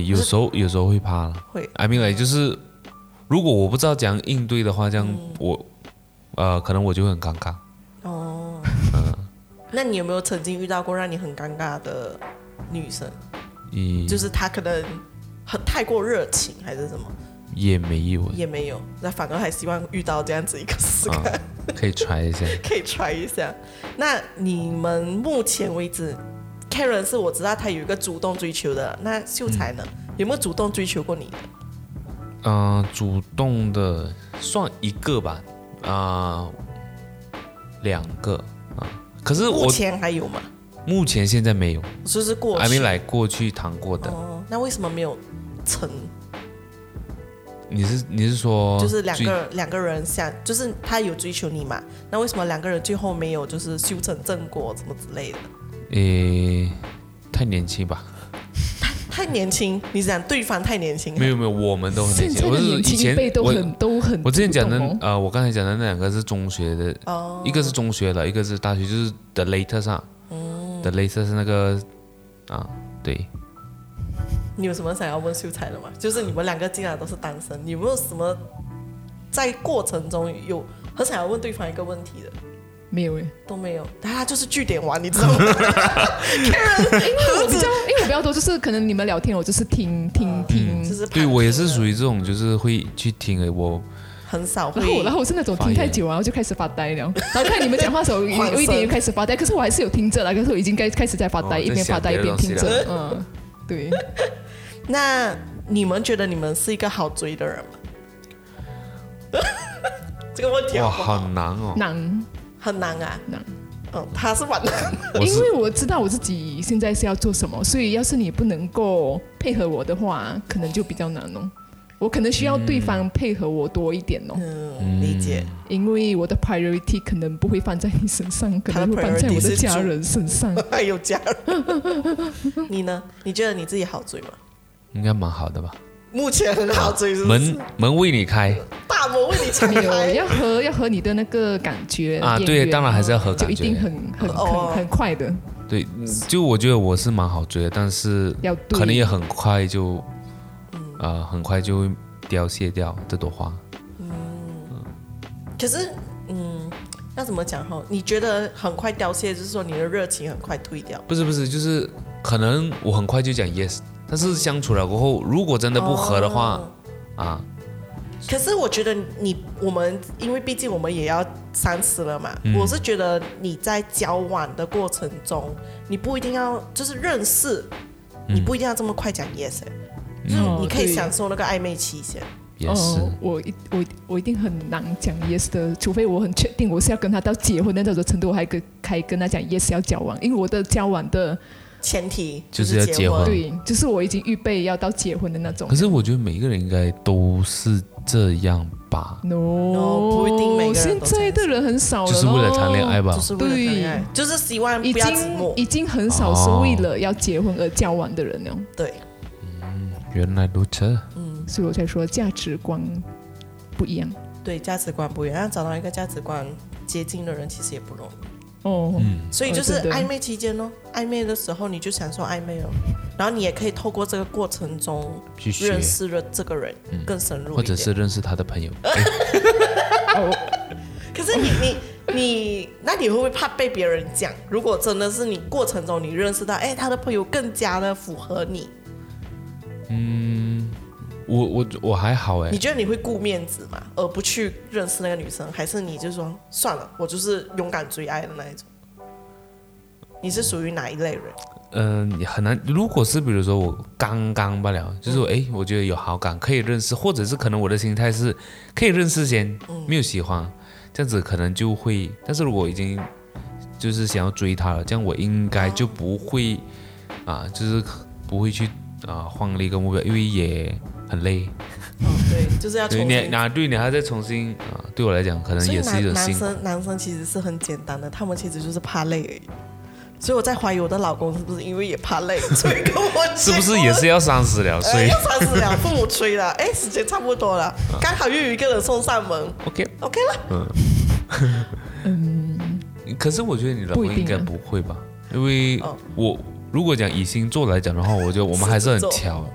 B: 呃有时候有时候会怕了。
A: 会，
B: I mean like 就是，如果我不知道怎样应对的话，这样
A: 嗯
B: 我呃可能我就会很尴尬。
A: 哦，那你有没有曾经遇到过让你很尴尬的女生？
B: 也
A: 就是她可能很太过热情还是什么？
B: 也没有
A: 也没有，那反而还希望遇到这样子一个时刻、
B: 啊，可以 try 一下。
A: 可以 try 一下。那你们目前为止，Karen 是我知道她有一个主动追求的，那秀才呢？有没有主动追求过你的？
B: 嗯、主动的算一个吧，啊、两个啊、可是我
A: 目前还有吗？
B: 目前现在没有，
A: 就是过去
B: 还没来过去谈过的。
A: 哦，那为什么没有成？
B: 你是你是说
A: 就是两
B: 最
A: 个两个人想，就是他有追求你嘛？那为什么两个人最后没有就是修成正果什么之类的？
B: 诶、太年轻吧？
A: 太年轻，你讲对方太年轻，
B: 没有没有，我们都很
C: 现
B: 年
C: 在
B: 轻。我
C: 的
B: 是以
C: 年轻一
B: 前
C: 辈都
B: 我
C: 很都很
B: 我之前讲的
C: 主动哦
B: 呃，我刚才讲的那两个是中学的，一个是中学了，一个是大学，就是 the later 上、t h e later 是那个啊，对，
A: 你有什么想要问秀才的吗？就是你们两个竟然都是单身，你有没有什么在过程中有很想要问对方一个问题的？
C: 没有哎，
A: 都没有，但他就是据点王，你知道 吗？
C: 因为我比较，因为我比较多，就是可能你们聊天，我就是听听听，
A: 就是
B: 对我也是属
A: 于
B: 于这种，就是会去听诶，我
A: 很少
C: 然后
A: 会，
C: 然后我是那种
B: 发
C: 听
B: 言
C: 太久啊，我就开始发呆了。然后看你们讲话的时候，我
A: 晃神
C: 有一点又开始发呆，可是我还是有听着啦，可是我已经该开始在发呆，
B: 哦
C: 一边发呆一边听
B: 在想别
C: 着，嗯，对，
A: 那你们觉得你们是一个好追的人吗？ 这个问题
B: 哇
A: 好不好
B: 好难哦，
C: 难，
A: 很难啊，
C: 难
A: 嗯，他是蛮难，
B: 我
C: 因
B: 是
C: 为我知道我自己现在是要做什么，所以要是你不能够配合我的话，可能就比较难哦。我可能需要对方配合我多一点哦，
A: 嗯，理解。
C: 因为我的 priority 可能不会放在你身上，可能会放在我的家人身上。
A: 还有家人， 你呢？你觉得你自己好追吗？
B: 应该蛮好的吧？
A: 目前很好追，是不是
B: 门？门为你开
A: 大魔为你敞
C: 没有，
A: 开。
C: 要合要合你的那个感觉
B: 啊，
C: 眼
B: 对，
C: 缘
B: 当然还是要合
C: 就
B: 感
C: 一定
B: 觉。
C: 很很
A: 哦
C: 很很快的，
B: 对，嗯就我觉得我是蛮好追的，但是
C: 要对
B: 可能也很快就，呃，很快就会凋谢掉这朵花。
A: 可是，嗯，要怎么讲哈？你觉得很快凋谢，就是说你的热情很快退掉。
B: 不是不是，就是可能我很快就讲 yes，但是相处了过后，如果真的不合的话，啊，
A: 可是我觉得你我们，因为毕竟我们也要三十了嘛，
B: 嗯
A: 我是觉得你在交往的过程中，你不一定要就是认识，你
B: 嗯
A: 不一定要这么快讲 yes，、欸就是
C: 嗯
A: 你可以
C: 对
A: 享受那个暧昧期先。
B: 也是，
C: 哦，我一我我一定很难讲 yes 的，除非我很确定我是要跟他到结婚的那种程度，我还跟还跟他讲 yes 要交往，因为我的交往的
A: 前提
B: 就是
A: 是
B: 要
A: 结
B: 结婚嗯
C: 对，就是我已经预备要到结婚的那种
B: 可。是我觉得每一个人应该都是这样吧，
C: No，,
A: No，不哦一定每个人
C: 现
A: 都
C: 在的人很少了
B: 就
C: 咯，
B: 是为了谈恋爱吧
A: 就。是为了谈恋爱，就是希望
C: 已
A: 不要寂
C: 经
A: 寞。
C: 已经很少是为了要结婚而交往的人了，
A: 对，
B: 原来如此，
C: 所以我才说价值观不一样。
A: 对，价值观不一样，要找到一个价值观接近的人其实也不容易。
C: 哦，
B: 嗯
A: 所以就是
C: 哦真的
A: 暧昧期间哦，暧昧的时候你就享受暧昧哦，然后你也可以透过这个过程中
B: 去学嗯
A: 认，识了这个人更深入
B: 或
A: 一
B: 者
A: 点。
B: 是认识他的朋友。
A: 可是你你。你那你会不会怕被别人讲？如果真的是你过程中你认识到，哎，他的朋友更加的符合你，
B: 我我我还好哎
A: 你，觉得你会顾面子吗？而不去认识那个女生，还是你就说算了，我就是勇敢追爱的那一种？你是属于哪一类人？
B: 嗯、你很难。如果是比如说我刚刚罢了，就是
A: 嗯
B: 我哎，我觉得有好感可以认识，或者是可能我的心态是可以认识先，
A: 嗯
B: 没有喜欢，这样子可能就会。但是如果已经就是想要追他了，这样我应该就不会啊，就是不会去啊换了一个目标，因为也很累。
A: 嗯，对，就是要重
B: 对
A: 新。
B: 你啊，对你还要再重新啊，对我来讲可能
A: 所以
B: 也是一
A: 男
B: 种
A: 男
B: 辛苦。
A: 生男生其实是很简单的，他们其实就是怕累而已。所以我在怀疑我的老公是不是因为也怕累，所以跟我结
B: 是不是也
A: 婚
B: 是要三十了？所
A: 哎，
B: 以
A: 要三十了，父母催了，哎，时间差不多了，
B: 嗯
A: 刚好又有一个人送上门
B: OK，
A: ，OK 了。
B: 可是我觉得你老
C: 不
B: 公
C: 一定啊
B: 应该不会吧？因为
A: 哦
B: 我如果讲以星座来讲的话，我觉得我们还是很
A: 狮子座
B: 挑，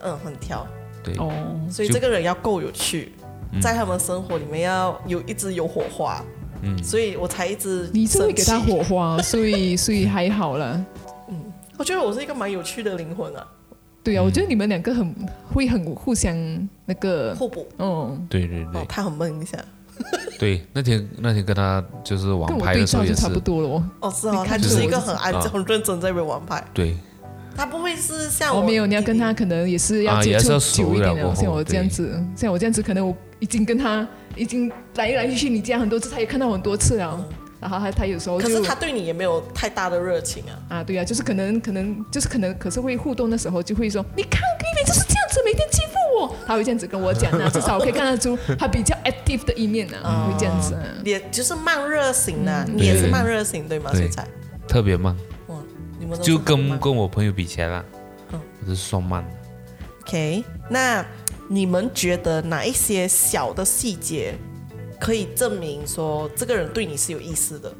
A: 嗯，很挑，
B: 对，
C: 哦，
A: 所以
B: 就嗯
A: 这个人要够有趣，在他们生活里面要有一直有火花。嗯，所以我才一直
C: 你真会给他
A: 生气。
C: 火花，所 以所以还好啦。
A: 我觉得我是一个蛮有趣的灵魂啊，
C: 对
B: 嗯
C: 啊，我觉得你们两个很会很互相那个，
A: 互补。
B: 嗯
C: 哦，
B: 对对
A: 哦
B: 对，
A: 他很闷一下。
B: 对。那天那天跟他就是
C: 跟
B: 玩
C: 我
B: 牌的
C: 对
B: 时候
C: 照就
B: 也
C: 差
B: 是
C: 不，多了哦。
A: 哦，是
C: 你
A: 哦，他
C: 看
A: 就
B: 出
A: 是
B: 我
A: 一个
C: 就是
A: 很安
B: 啊
A: 静、很认真在那边玩牌，
B: 对，
A: 他不会是像
C: 哦，
A: 我
C: 没有，你要
A: 弟弟
C: 跟他可能也是要
B: 啊
C: 接
B: 也是
C: 触
B: 要
C: 久一
B: 熟了
C: 点的，
B: 过后
C: 像我这样子，像我这样子，可能我已经跟他已经来来去去你家很多次，他也看到我很多次了，然后他他有时候
A: 可
C: 就是
A: 他对你也没有太大的热情啊。
C: 啊，对啊，就是可能可能就是可能，可是会互动的时候就会说，你看 b a b 就是这样子，每天欺负我，他会这样子跟我讲啊 呢、至少我可以看得出他比较 active 的一面呢、啊，
A: 嗯
C: 会这样子、啊。
A: 也就是慢热型的、你也是慢热型对吗？
B: 嗯对
A: 水彩，
B: 特别慢，
A: 哇，你们都是
B: 就
A: 很
B: 跟
A: 慢
B: 跟我朋友比起来啦
A: 嗯，
B: 我是双慢。
A: OK。那你们觉得哪一些小的细节可以证明说这个人对你是有意思的？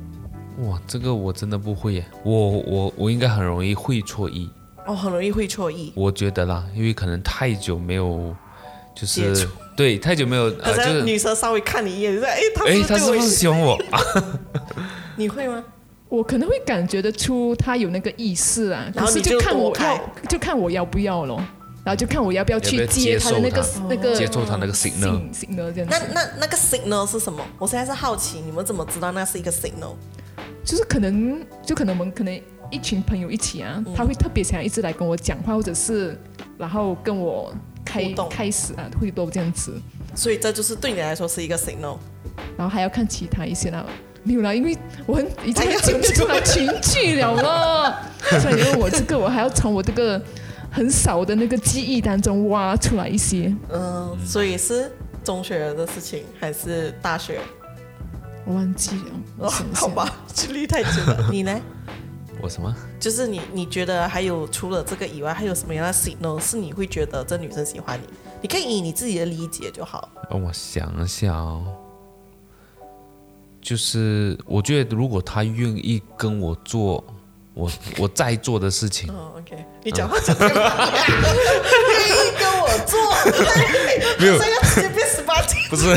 B: 哇，这个我真的不会耶，我我我应该很容易会错意，
A: 哦，很容易会错意。
B: 我觉得啦，因为可能太久没有，就
A: 接
B: 是
A: 触
B: 对太久没有
A: 可
B: 呃，就是是
A: 女生稍微看你一眼，就说：“哎，他是
B: 哎，
A: 不是
B: 他
A: 对
B: 是
A: 我
B: 不
A: 有
B: 是
A: 意思
B: 喜欢我？啊？
A: 你会吗？
C: 我可能会感觉得出他有那个意思啊，
A: 然
C: 可
A: 后
C: 是
A: 你就
C: 看我
A: 躲开
C: 要，就看我要不要咯，然后就看我要不要
B: 要不
C: 去
B: 要接
C: 他的那个
B: 受
C: 那个
B: 接受他那个 signal
C: 信信呢这样
A: 那
C: 子，
A: 那那个 signal 是什么？我现在是好奇，你们怎么知道那是一个 signal？
C: 就是可能就可能我们可能一群朋友一起啊，
A: 嗯
C: 他会特别想一直来跟我讲话，或者是然后跟我开
A: 互动
C: 开始啊会都这样子，
A: 所以这就是对你来说是一个 signal。
C: 然后还要看其他一些啦。没有啦，因为我很已经
A: 哎
C: 很
A: 呀
C: 久没有出来群聚了了， 所以你问我这个，我还要从我这个很少的那个记忆当中挖出来一些。
A: 嗯，所以是中学的事情还是大学？
C: 我忘记了，我
A: 哦
C: 想一，下
A: 好， 吧，距离太久了。你呢？
B: 我什么？
A: 就是你，你觉得还有除了这个以外，还有什么样的 signal 是你会觉得这女生喜欢你？你可以以你自己的理解就好。
B: 让我想一下哦，就是我觉得如果他愿意跟我做我 我在做的事情，
A: 嗯，OK，你讲话就这样， 愿意跟我 做，
B: 没有
A: 好像要直接变十八禁，
B: 不 是，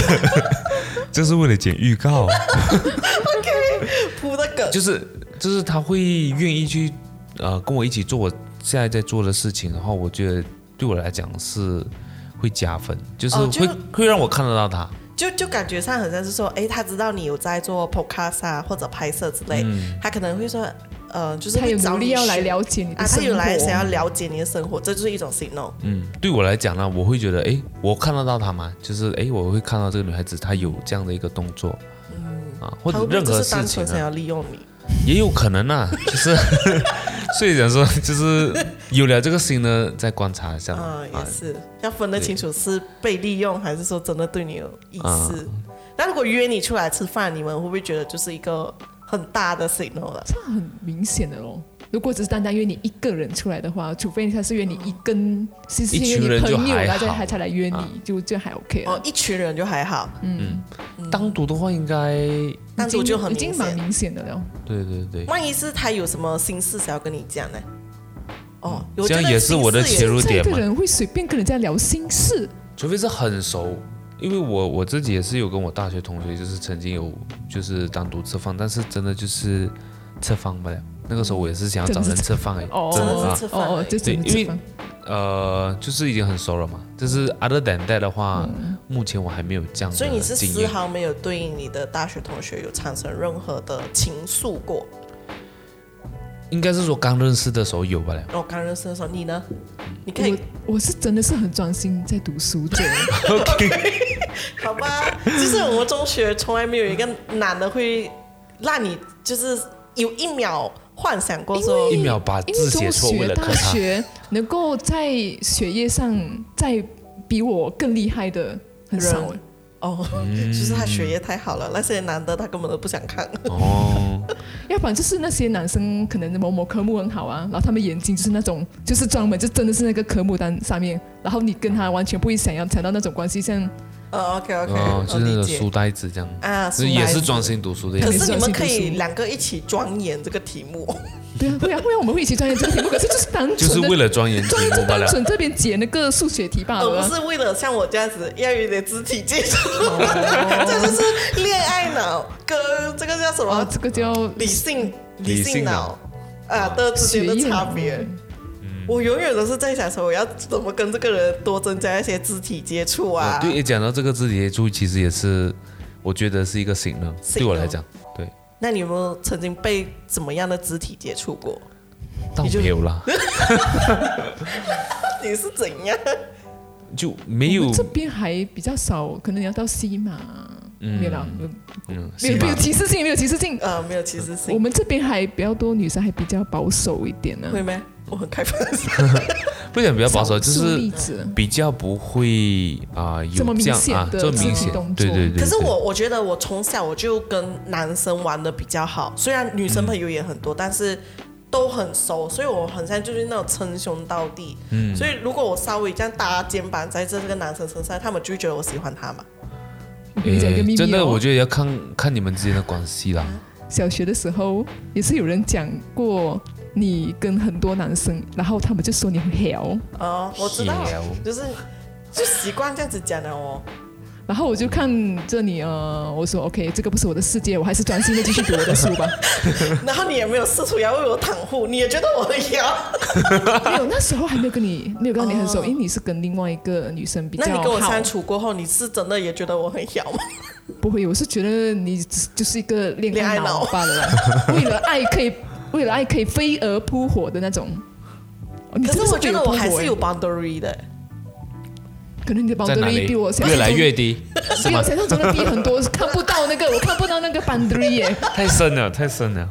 B: 就是为了剪预告，
A: 铺的梗。
B: 就是就是他会愿意去呃跟我一起做我现在在做的事情的话，我觉得对我来讲是会加分，就是
A: 哦就
B: 会、会让我看得到他。
A: 就就感觉上很像是说，诶，他知道你有在做 podcast 啊或者拍摄之类，他可能会说，呃，就是
C: 他有
A: 会找
C: 努力
A: 你
C: 要来
A: 学
C: 了解你
A: 啊
C: 的，
A: 他
C: 生
A: 有来想
C: 活。
A: 要了解你的生活，这就是一种 signal。
B: 嗯，对我来讲呢，我会觉得，诶，我看得到她吗？就是，诶，我会看到这个女孩子她有这样的一个动作，啊，或
A: 他
B: 者
A: 嗯会不会
B: 任
A: 只
B: 何
A: 是
B: 事
A: 单
B: 情、
A: 纯想
B: 啊，
A: 要利用你？
B: 也有可 能啊，就是，所以讲说，就是有了这个心呢，再观察一下嘛
A: 嗯，
B: 啊
A: 也，是要分得清楚是被利用还是说真的对你有意
B: 啊
A: 思。那如果约你出来吃饭，你们会不会觉得就是一个很大的 signal 了？
C: 这很明显的咯。如果只是单单约你一个人出来的话，除非他是约你一根，是是
B: 一
C: 约
B: 群
C: 你
B: 人就
C: 朋友，
B: 还
C: 然后再
B: 好
C: 还才来约
B: 啊嗯
C: 你，就就还 OK
A: 哦嗯
C: 了，。嗯
A: 一群人就还好，
B: 单独的话应该，
A: 单独
C: 已经
A: 就很
C: 已
A: 明
C: 经蛮
A: 显。
C: 明显的了。
B: 对对对，
A: 万一是他有什么心事想要跟你讲呢？哦，我
B: 嗯这样
A: 觉得
B: 也是
A: 心
B: 我的
A: 事也
B: 切入
C: 现在
B: 点嘛
C: 的，人会随便跟人家聊心事，
B: 除非是很熟，因为我我自己也是有跟我大学同学，就是曾经有就是单独吃饭，但是真的就是吃饭不了。那个时候我也是想要找人吃饭哎，
C: 哦，
B: 真
A: 的
B: 的
A: 是
B: 啊
A: 吃，饭
C: 哦
A: 而
C: 哦，
A: 已
C: 就只能
B: 对因为
C: 吃饭。
B: 呃，就是已经很熟了嘛。就是 other than that 的话，目前我还没有这样
A: 所以
B: 的
A: 你是
B: 经
A: 丝
B: 验。
A: 毫没有对你的大学同学有产生任何的情愫过。
B: 应该是说刚认识的时候有吧了，
A: 我刚认识的时候，你呢？你可以
C: 我我是真的是很专心在读书 这样。
A: 好吧？ 就是我们中学从来没有一个男的会让你就是有一秒幻想过说
B: 一秒把
C: 因为
B: 字写
C: 中
B: 错，为
C: 学、
B: 了
C: 大
B: 看他。
C: 学能够在学业上再比我更厉害的很少
B: 嗯
A: 人。哦，就是他学业太好了，那些男的他根本都不想看。
B: 哦，
C: 要不然就是那些男生可能某某科目很好啊，然后他们眼睛就是那种，就是专门就真的是那个科目单上面，然后你跟他完全不会想要谈到那种关系，像
A: 哦，OK OK，
B: 哦，就是那
A: 理
B: 个
A: 解
B: 书呆子这样，
A: 啊，
B: 就是也
A: 书
B: 是
A: 呆子
B: 专。心读书的样
A: 可
B: 子。
A: 是你们
C: 可
A: 可
C: 以专心
A: 以
C: 读书
A: 两个一起钻研这个题目，
C: 对啊，会啊会啊，我们会一起钻研这个题目，可是就是单纯的，
B: 就是为了钻研题
C: 专
B: 目罢
C: 单
B: 了。
C: 纯这边解那个数学题罢
A: 而
C: 了啊、
B: 哦
A: 不是为了像我这样子要有一点肢体接触，
C: 哦
A: 这就是恋爱脑跟这个叫什
C: 啊，
A: 么
C: 这个叫
A: 理性
B: 理性脑
A: 啊的之间的
C: 学业
A: 差
C: 脑
A: 别。我永远都是在想说，我要怎么跟这个人多增加一些肢体接触啊
B: 哦？对，一讲到这个肢体接触，其实也是我觉得是一个醒了，
A: signal
B: 对我来讲，对，
A: 那你有没有曾经被怎么样的肢体接触过？
B: 倒
A: 你就
B: 没有啦，
A: 你是怎 样？
B: 就没有
C: 我们这边还比较少，可能你要到西马，没有啦，
B: 嗯，
C: 没有
B: 戏
C: 没
B: 码
C: 有提示性，没有提示性。
A: 呃，没有，其实是
C: 我们这边还比较多女生，还比较保守一点呢、
A: 会吗？我很开放，
B: 不讲比较保守，就
C: 少数
B: 是
C: 例子
B: 比较不会啊、有
C: 这么明
B: 样
C: 显
B: 啊，
C: 的
B: 这么
C: 肢
B: 明
C: 体
B: 显
C: 动，
B: 对
C: 作
B: 对对。
A: 可是
B: 对
A: 我我觉得我从小我就跟男生玩的比较好，虽然女生朋友也很多，但是都很熟，所以我很像就是那种称兄道弟。嗯，所以如果我稍微这样搭肩膀在这个男生身上，他们就会觉得我喜欢他嘛。
C: 我跟你讲一个秘密、
B: 呃
C: 哦，
B: 真的，我觉得要看看你们之间的关系啦。
C: 小学的时候也是有人讲过你跟很多男生，然后他们就说你很屌，
A: 哦，我知道
B: 闲聊，
A: 就是就习惯这样子讲的哦。
C: 然后我就看着你，呃，我说 OK，这个不是我的世界，我还是专心的继续读我的书吧。
A: 然后你也没有试图要为我袒护，你也觉得我很妖，
C: 没有，那时候还没有跟你没有跟你很熟，
A: 哦
C: 因为你是跟另外一个女生比
A: 那
C: 较
A: 你
C: 好。
A: 跟我相处过后，你是真的也觉得我很妖吗？
C: 不会，我是觉得你只就是一个恋爱
A: 恋爱脑
C: 脑罢了啦，为了爱可以为了爱可以飞蛾扑火的那种。哦你
A: 可
C: 真
A: 是
C: 的
A: 我觉
C: 飞
A: 得
C: 蛾
A: 我
C: 扑火
A: 还是
C: 欸
A: 有 boundary 的。
C: 可能你的
B: 在哪
C: boundary
B: 里？
C: 比我想
B: 越来
C: 象中
B: 越 低，是
C: 比我
B: 吗？
C: 想象中的低很多，看不到那个，我看不到那个 boundary 耶。
B: 太深了，太深了。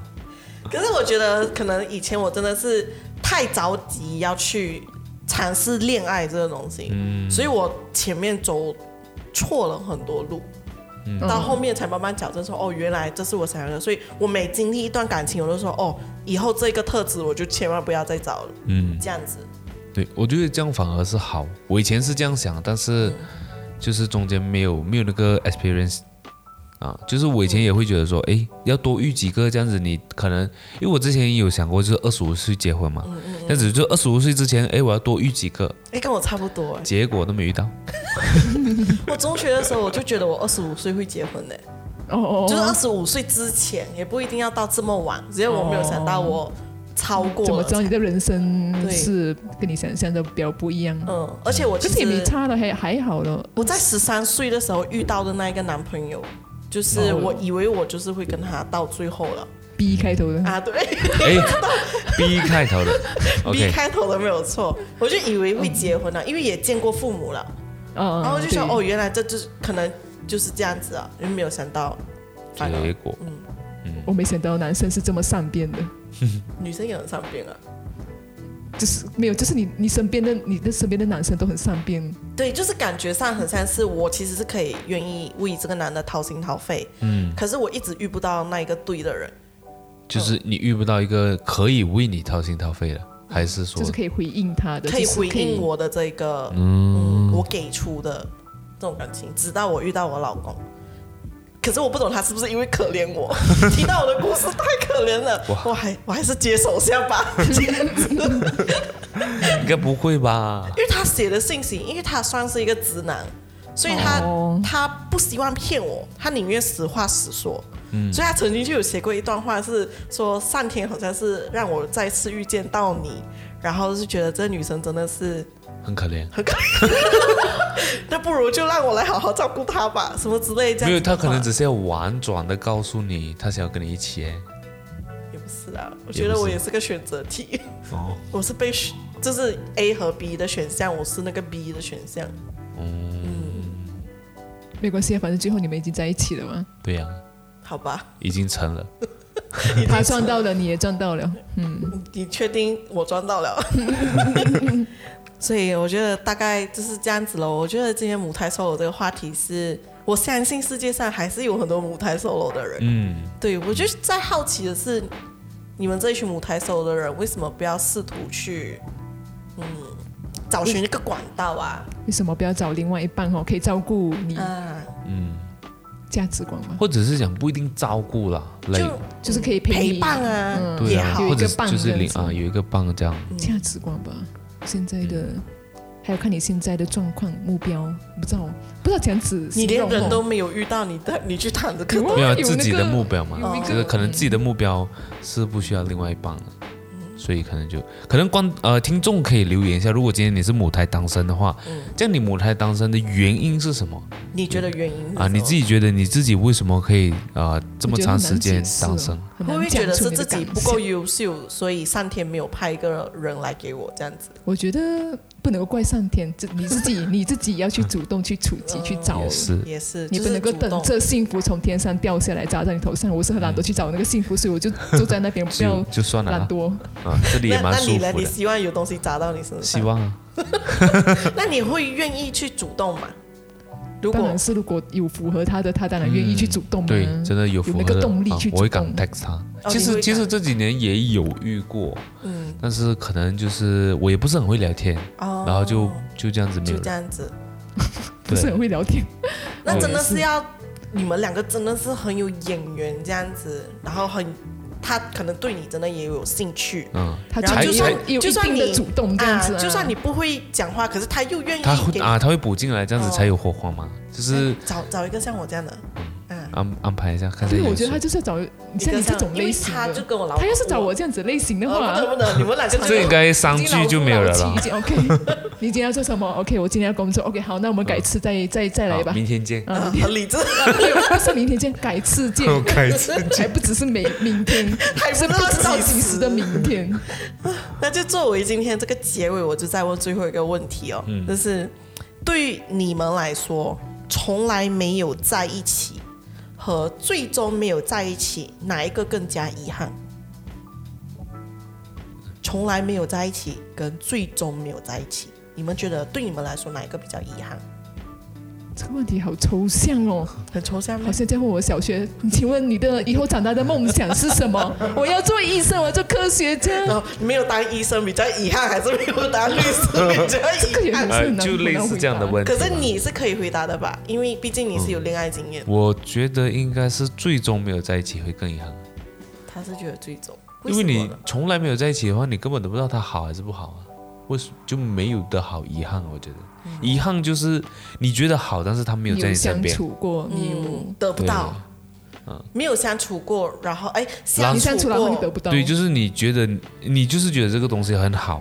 A: 可是我觉得，可能以前我真的是太着急要去尝试恋爱这个东西，所以我前面走错了很多路，到后面才慢慢矫正说，哦，原来这是我想要的。所以我每经历一段感情，我就说，哦，以后这个特质我就千万不要再找了，
B: 嗯，
A: 这样子。
B: 对，我觉得这样反而是好。我以前是这样想，但是就是中间没有没有那个 experience 啊，就是我以前也会觉得说，诶，要多遇几个这样子，你可能因为我之前也有想过，就是二十五岁结婚嘛，
C: 嗯
B: 这样子就二十五岁之前，诶，我要多遇几个，
A: 哎，跟我差不多哎。
B: 结果都没遇到。
A: 我中学的时候我就觉得我二十五岁会结婚呢，
C: 哦哦，
A: 就是二
C: 哦
A: 十五岁之前，也不一定要到这么晚。只是我没有想到我超过
C: 怎么
A: 了
C: 知道你的人生
A: 对
C: 是跟你想象的比较不一样？
A: 嗯，而且我其
C: 可是也没
A: 实
C: 差的，还还好了。
A: 我在十三岁的时候遇到的那一个男朋友，就是
C: 哦
A: 我以为我就是会跟他到最后了
C: B 开头的，
A: 啊，对
B: 诶哎
C: 哎
B: b 开头的
A: ，B
B: ，OK，
A: 开头的没有错，我就以为会结婚啊了，因为也见过父母了，
C: 嗯，
A: 然后就想
C: 对
A: 哦，，原来这就是可能就是这样子啊，就没有想到，反
B: 结
A: 而
B: 果
C: 我没想到男生是这么善变的，
A: 女生也很善变啊。
C: 就是没有，就是你你身边的你的身边的男生都很善变，
A: 对，就是感觉上很像是我其实是可以愿意为这个男的掏心掏肺，嗯，可是我一直遇不到那一个对的人，
B: 就是你遇不到一个可以为你掏心掏肺的，还是说
C: 就是可以回应他的，
A: 可以
C: 就是
A: 回应。我的这个，嗯，我给出的这种感情，直到我遇到我老公。可是我不懂他是不是因为可怜我，听到我的故事太可怜了，我还我还是接手下吧，这样子
B: 应该不会吧？
A: 因为他写的信息，因为他算是一个直男，所以他、
C: 哦
A: 他不希望骗我，他宁愿实话实说。
B: 嗯
A: 所以他曾经就有写过一段话，是说上天好像是让我再次遇见到你，然后是觉得这女生真的是，
B: 很可怜。
A: 那不如就让我来好好照顾她吧，什么之类这样子的话。
B: 没有，他可能只是要婉转的告诉你，他想要跟你一起。哎
A: 也不是啊，我觉得我也是个选择题，
B: 哦，
A: 我是被选就是 A 和 B 的选项，我是那个 B 的选项。
C: 嗯
B: 嗯
C: 没关系，反正最后你们已经在一起了嘛，
B: 对呀、
A: 好吧，
B: 已经成了。
C: 他赚到了，你也赚到了，
A: 你确定我赚到了？所以我觉得大概就是这样子喽。我觉得今天母胎 solo 这个话题是，我相信世界上还是有很多母胎 solo 的人。
B: 嗯，
A: 对我就是在好奇的是，你们这一群母胎 solo 的人为什么不要试图去，嗯，找寻一个管道啊？
C: 为什么不要找另外一半哦？可以照顾你
B: 嗯
A: 啊，
C: 价值观吗？
B: 或者是讲不一定照顾啦，累
A: 就
C: 就是可以陪
A: 嗯陪
C: 你
A: 伴啊、
C: 嗯
B: 对
A: 也
B: 啊，
A: 好
C: 有一
B: 或
C: 个
B: 者是
C: 伴
B: 就是
C: 这样
B: 领
C: 子
B: 啊有一个棒这样，
C: 价值观吧。现在的，
A: 嗯
C: 还有看你现在的状况、目标，不知道不知道怎样子
A: 你
C: 形
A: 连
C: 容哦。
A: 人都没有遇到，你的你去躺着
C: 有
A: 看
C: 啊
B: 没有啊
C: 有
B: 自己
C: 那
B: 的
C: 个
B: 目标嘛，
C: 有一
B: 就是
C: 个
B: 可能自己的目标是不需要另外一半的，
C: 嗯
B: 所以可能就可能观呃听众可以留言一下，如果今天你是母胎单身的话，
C: 嗯
B: 这样你母胎单身的原因是什么
A: 你觉得原因是
B: 啊？你
A: 什么
B: 自己觉得你自己为什么可以啊这么
C: 我觉得
B: 长
C: 很
B: 时
C: 难
B: 间
C: 解释
B: 单
C: 哦
B: 身？
A: 会
C: 很
A: 不
C: 难
A: 会觉
C: 讲
A: 得
C: 出
A: 是
C: 你的
A: 自己
C: 感
A: 不够
C: 想
A: 优秀，所以上天没有派一个人来给我这样子？
C: 我觉得不能够怪上天，这你自己你自己要去主动去触
A: 哦
C: 及去找
B: 也，是，
A: 也是，
C: 你
A: 就
C: 不
A: 是
C: 能够
A: 主
C: 等
A: 动
C: 着幸福从天上掉下来砸在你头上。我是很懒得去找那个幸福，所 以我就坐在那边不
B: 就
C: 要
B: 就算了
C: 懒
B: 啦
C: 惰。
B: 啊，这里也
A: 那
B: 蛮
A: 那
B: 舒
A: 你呢？
B: 服
A: 你
B: 的，
A: 希望有东西砸到你身上？
B: 希。望啊。
A: 那你会愿意去主动吗？如
C: 当
A: 果
C: 然是如果有符合他的，他当然愿意去主动嘛。
B: 对，真的有符合
C: 那个
B: 的
C: 动力
B: 啊
C: 去
B: 我会
C: 主动哦
B: 敢 text 他。其
A: 你会
B: 实其实
A: 敢
B: 这几年也有遇过，
A: 嗯，
B: 但是可能就是我也不是很会聊天，
A: 哦，
B: 然后就就这样子没
A: 就
B: 有
A: 这样子，
C: 不是
B: 对
C: 很会聊天。
A: 那真的
C: 我
A: 是要你们两个真的是很有眼缘这样子，然后很他可能对你真的也有兴趣。
B: 嗯，
C: 他
A: 然后
C: 就
A: 就算
C: 有
A: 就
C: 一
A: 算
C: 定的
A: 你
C: 主动这样子、啊
A: 啊就算你不会讲话，可是他又愿意
B: 他会
A: 给
B: 啊，他会补进来，这样子
A: 哦
B: 才有火花嘛。就是
A: 找找一个像我这样的，嗯，
B: 安安排一下，看谁
C: 对，我
B: 有
C: 觉
B: 谁
C: 得他。就是要找
A: 一
C: 像
A: 个
C: 你这
A: 样
C: 种类型
A: 因为他就
C: 的。
A: 跟我老，
C: 他要是找我这样子类型的
A: 哦，
C: 话
A: 不，能不能，你们两个
B: 这应该三
C: 已经
B: 句就没有人
C: 老夫
B: 了
C: 老。妻已经 OK，你今天要做什么？OK，我今天要工作。OK，好，那我们改
B: 嗯
C: 次再再再来
B: 好，
C: 吧。
B: 明天见。
A: 啊很理 智，
C: 不是明天见，改 次见。
B: 开始
C: 还不只是每明天，
A: 还不
C: 是不
A: 知
C: 知
A: 道
C: 道几时的明天。
A: 那就作为今天这个结尾，我就再问最后一个问题哦，就是对你们来说，从来没有在一起和最终没有在一起，哪一个更加遗憾？从来没有在一起跟最终没有在一起，你们觉得对你们来说哪一个比较遗憾？
C: 这个问题好抽象哦，
A: 很抽象吗
C: 好？像在问我小学。嗯请问你的以后长大的梦想是什么？ 我要做医生，我要做科学家。
A: 然后哦没有当医生比较遗憾，还是没有当律师 比较
C: 这个
A: 遗
C: 也
A: 憾
C: 很？
B: 呃
C: 是，难
B: 就类似这样的问题
A: 可
B: 吧。
A: 是你是可以回答的吧？因为毕竟你是有恋爱经验。
B: 我觉得应该是最终没有在一起会更遗憾，
A: 他是觉得最终，
B: 因
A: 什么
B: 为你
A: 呢
B: 从来没有在一起的话，你根本都不知道他好还是不好啊。为什就没有的好遗憾？我觉得遗憾就是你觉得好，但是他没有
C: 你
B: 在
C: 有
B: 你身
C: 相
B: 边。
C: 处过，你有
A: 嗯得不到，没有相处过，然后哎相
C: 你相
A: 处
C: 处了，然后你得
A: 过，
C: 不到，
B: 对，就是你觉得你就是觉得这个东西很好，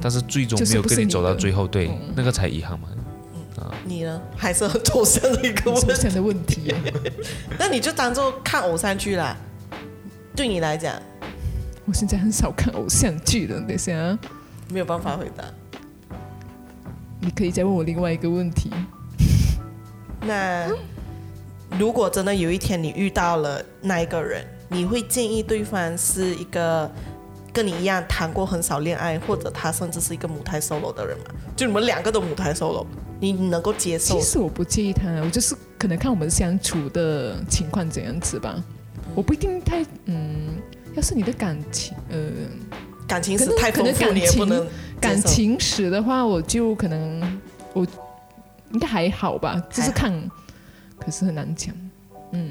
B: 但是最终
C: 嗯就是
B: 没有
C: 不
B: 跟
C: 是
B: 你
C: 你
B: 走到
C: 的嗯
B: 最后，对，那个才遗憾嘛。
A: 你呢还是很抽象的一个
C: 很 抽
A: 问题。
C: 象的问题啊耶。
A: 那你就当做看偶像剧啦。对你来讲
C: 我现在很少看偶像剧了，等一下啊
A: 没有办法回答。
C: 你可以再问我另外一个问题。
A: 那如果真的有一天你遇到了那一个人，你会建议对方是一个跟你一样谈过很少恋爱，或者他甚至是一个母胎 solo 的人吗？就你们两个都母胎 solo，你能够接受
C: 其？实我不介意他，我就是可能看我们相处的情况怎样子吧。我不一定太嗯，要是你的感情呃
A: 感情史
C: 可能
A: 太丰
C: 可
A: 富，
C: 能
A: 你也不能
C: 感
A: 接受
C: 情史的话，我就可能我应该还好吧，就是看，可是很难讲。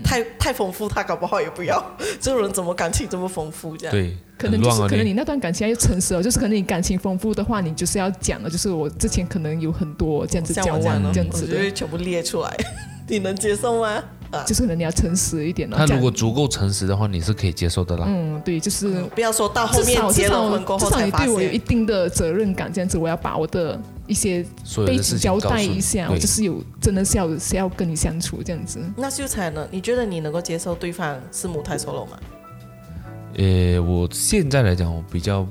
A: 太太丰富，他搞不好也不要。 这种人怎么感情这么丰富？这样
B: 对，
C: 可
B: 很
C: 能就
B: 乱
C: 是
B: 啊
C: 可能你那段感情要诚实哦，就是可能你感情丰富的话，你就是要讲的，就是我之前可能有很多这样子
A: 哦像
C: 交
A: 我
C: 往
A: 样
C: 这样
A: 我
C: 子
A: 就
C: 的，
A: 会全部列出来， 你能接受吗？
C: 就是可能你要诚实一点哦。
B: 他
C: 这
B: 如
C: 样
B: 果啊足够诚实的话，你是可以接受的啦。
C: 嗯，对，就是
A: 不要说到后
C: 至
A: 面
C: 少
A: 结
C: 至
A: 了
C: 少
A: 婚过后
C: 至少
A: 才
C: 你
A: 发
C: 对我有一
A: 现，
C: 定的责任感，这样子我要把我的一些
B: 所有
C: 背
B: 的事
C: 景
B: 情
C: 交
B: 告诉
C: 代
B: 你
C: 一下，我
B: 对
C: 就，是有真的是要是要跟你相处这样子。
A: 那秀才呢？你觉得你能够接受对方是母胎 solo 吗？
B: 呃，我现在来讲，我比较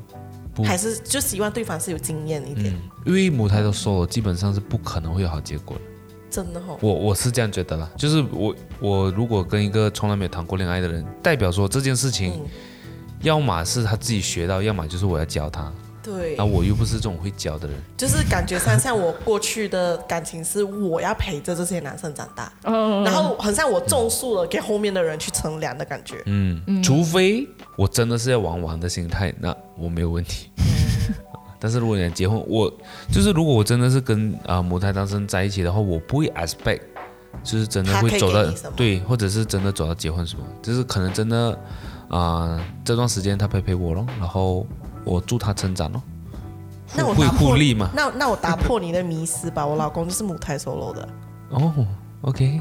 B: 不
A: 还是就希望对方是有经验一点？
B: 嗯，因为母胎都说了，基本上是不可能会有好结果的。
A: 真的哦，
B: 我我是这样觉得啦，就是我我如果跟一个从来没有谈过恋爱的人，代表说这件事情，
A: 嗯
B: 要么是他自己学到，要么就是我要教他。
A: 对
B: 啊，，我又不是这种会教的人，
A: 就是感觉上像我过去的感情是我要陪着这些男生长大，
C: 嗯，
A: 然后很像我种树了给后面的人去乘凉的感觉。
B: 嗯，除非我真的是要玩玩的心态，那我没有问题。
A: 嗯
B: 但是如果你结婚，我就是如果我真的是跟啊、呃母胎单身在一起的话，我不会 expect 就是真的
A: 他
B: 会
A: 可以
B: 走
A: 给
B: 到
A: 你什么
B: 对，或者是真的走到结婚什么，就是可能真的啊、呃这段时间他陪陪我咯，然后我祝他成长咯，
A: 那我
B: 互惠
A: 打
B: 互
A: 破
B: 利啊嘛。
A: 那那我打破你的迷思吧，我老公就是母胎 solo 的，
B: 哦，OK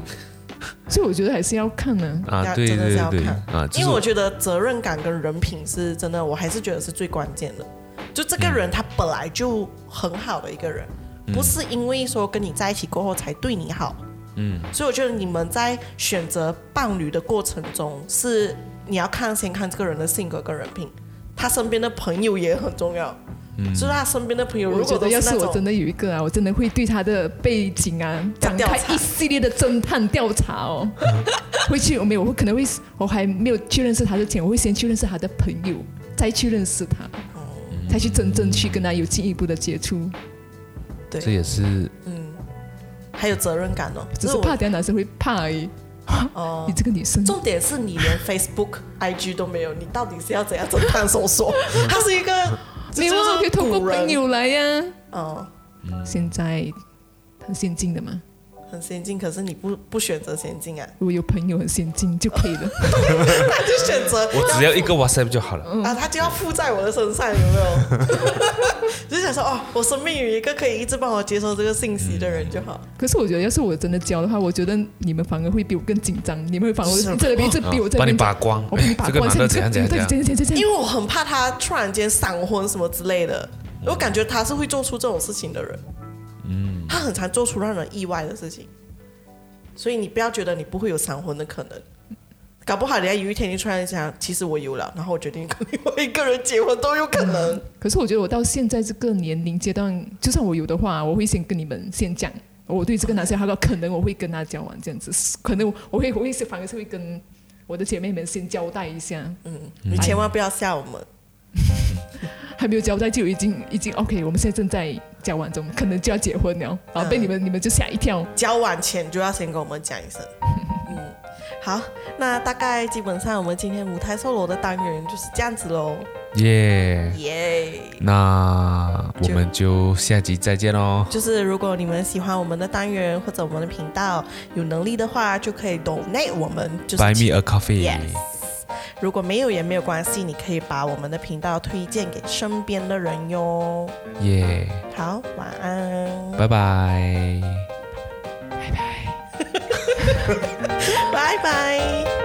C: 所以我觉得还是要看呢、
B: 啊，
A: 要
B: 对
A: 真的是
B: 对
A: 要
B: 对
A: 看
B: 啊，就是
A: 因为我觉得责任感跟人品是真的，我还是觉得是最关键的。就这个人他本来就很好的一个人，不是因为说跟你在一起过后才对你好。嗯，所以我觉得你们在选择伴侣的过程中，是你要看先看这个人的性格跟人品，他身边的朋友也很重要。嗯，就是他身边的朋友，
C: 我
A: 如
C: 觉
A: 果
C: 得
A: 都
C: 要
A: 那
C: 是我真
A: 种
C: 的有一个啊，我真的会对他的背景啊展
A: 调
C: 开
A: 查
C: 一系列的侦探调查 哦。会去我没有，我可能会我还没有去认识他之前，我会先去认识他的朋友，再去认识他，
A: 哦
C: 才去真正去跟他有进一步的接触。
B: 这也是
A: 还有责任感哦，
C: 只
A: 这
C: 是
A: 我
C: 怕等下男生会怕而已。哦， 你这个女生
A: 重点是你连 Facebook、IG 都没有，你到底是要怎样侦探搜索？他是一个，
C: 没有啊，
A: 就
C: 可以
A: 是
C: 通过
A: 古
C: 朋
A: 人，
C: 友来呀、
A: 嗯，
C: 现在很先进的嘛，
A: 很先进，可是你不不选择先进啊，
C: 如果有朋友很先进就可以了。
A: 他就选择
B: 我只要一个 WhatsApp 就好了。
A: 啊，他就要附在我的身上，有没有？ 就是想说，哦，我生命有一个可以一直帮我接收这个信息的人就好。
C: 可是我觉得，要是我真的教的话，我觉得你们反而会比我更紧张，你们会反而
A: 是
C: 这边一直
B: 啊
C: 逼我在那
B: 帮你
C: 边讲
B: 把光，
C: 我帮你把
B: 这个
C: 关，
B: 男
C: 像
B: 的
C: 你
B: 怎样 怎样怎
C: 这
B: 样
C: 个，这样这样这
A: 因
C: 样。
A: 为我很怕他突然间闪婚什么之类的，我感觉他是会做出这种事情的人。嗯，他很常做出让人意外的事情，所以你不要觉得你不会有闪婚的可能，搞不好人家有一天你突然想，其实我有了，然后我决定跟另外一个人结婚都有可能。
C: 可是我觉得我到现在这个年龄阶段，就算我有的话，我会先跟你们先讲，我对这个男生还有可能我会跟他交往这样子，可能我会我会是反而是会跟我的姐妹们先交代一下，
A: 你千万不要吓我们，
C: 还没有交代就已经已经 OK，我们现在正在交往中，可能就要结婚了，然后被你们、你们就吓一跳。
A: 交往前就要先跟我们讲一声。嗯，好，那大概基本上我们今天母胎 solo 的单元就是这样子喽，
B: 耶、
A: 耶、
B: 那我们就下集再见喽。
A: 就是如果你们喜欢我们的单元或者我们的频道，有能力的话就可以 donate 我们，就是
B: Buy me a coffee，、
A: Yes 如果没有也没有关系，你可以把我们的频道推荐给身边的人哟。
B: 耶，
A: 好，晚安，
B: 拜拜。
A: 拜拜。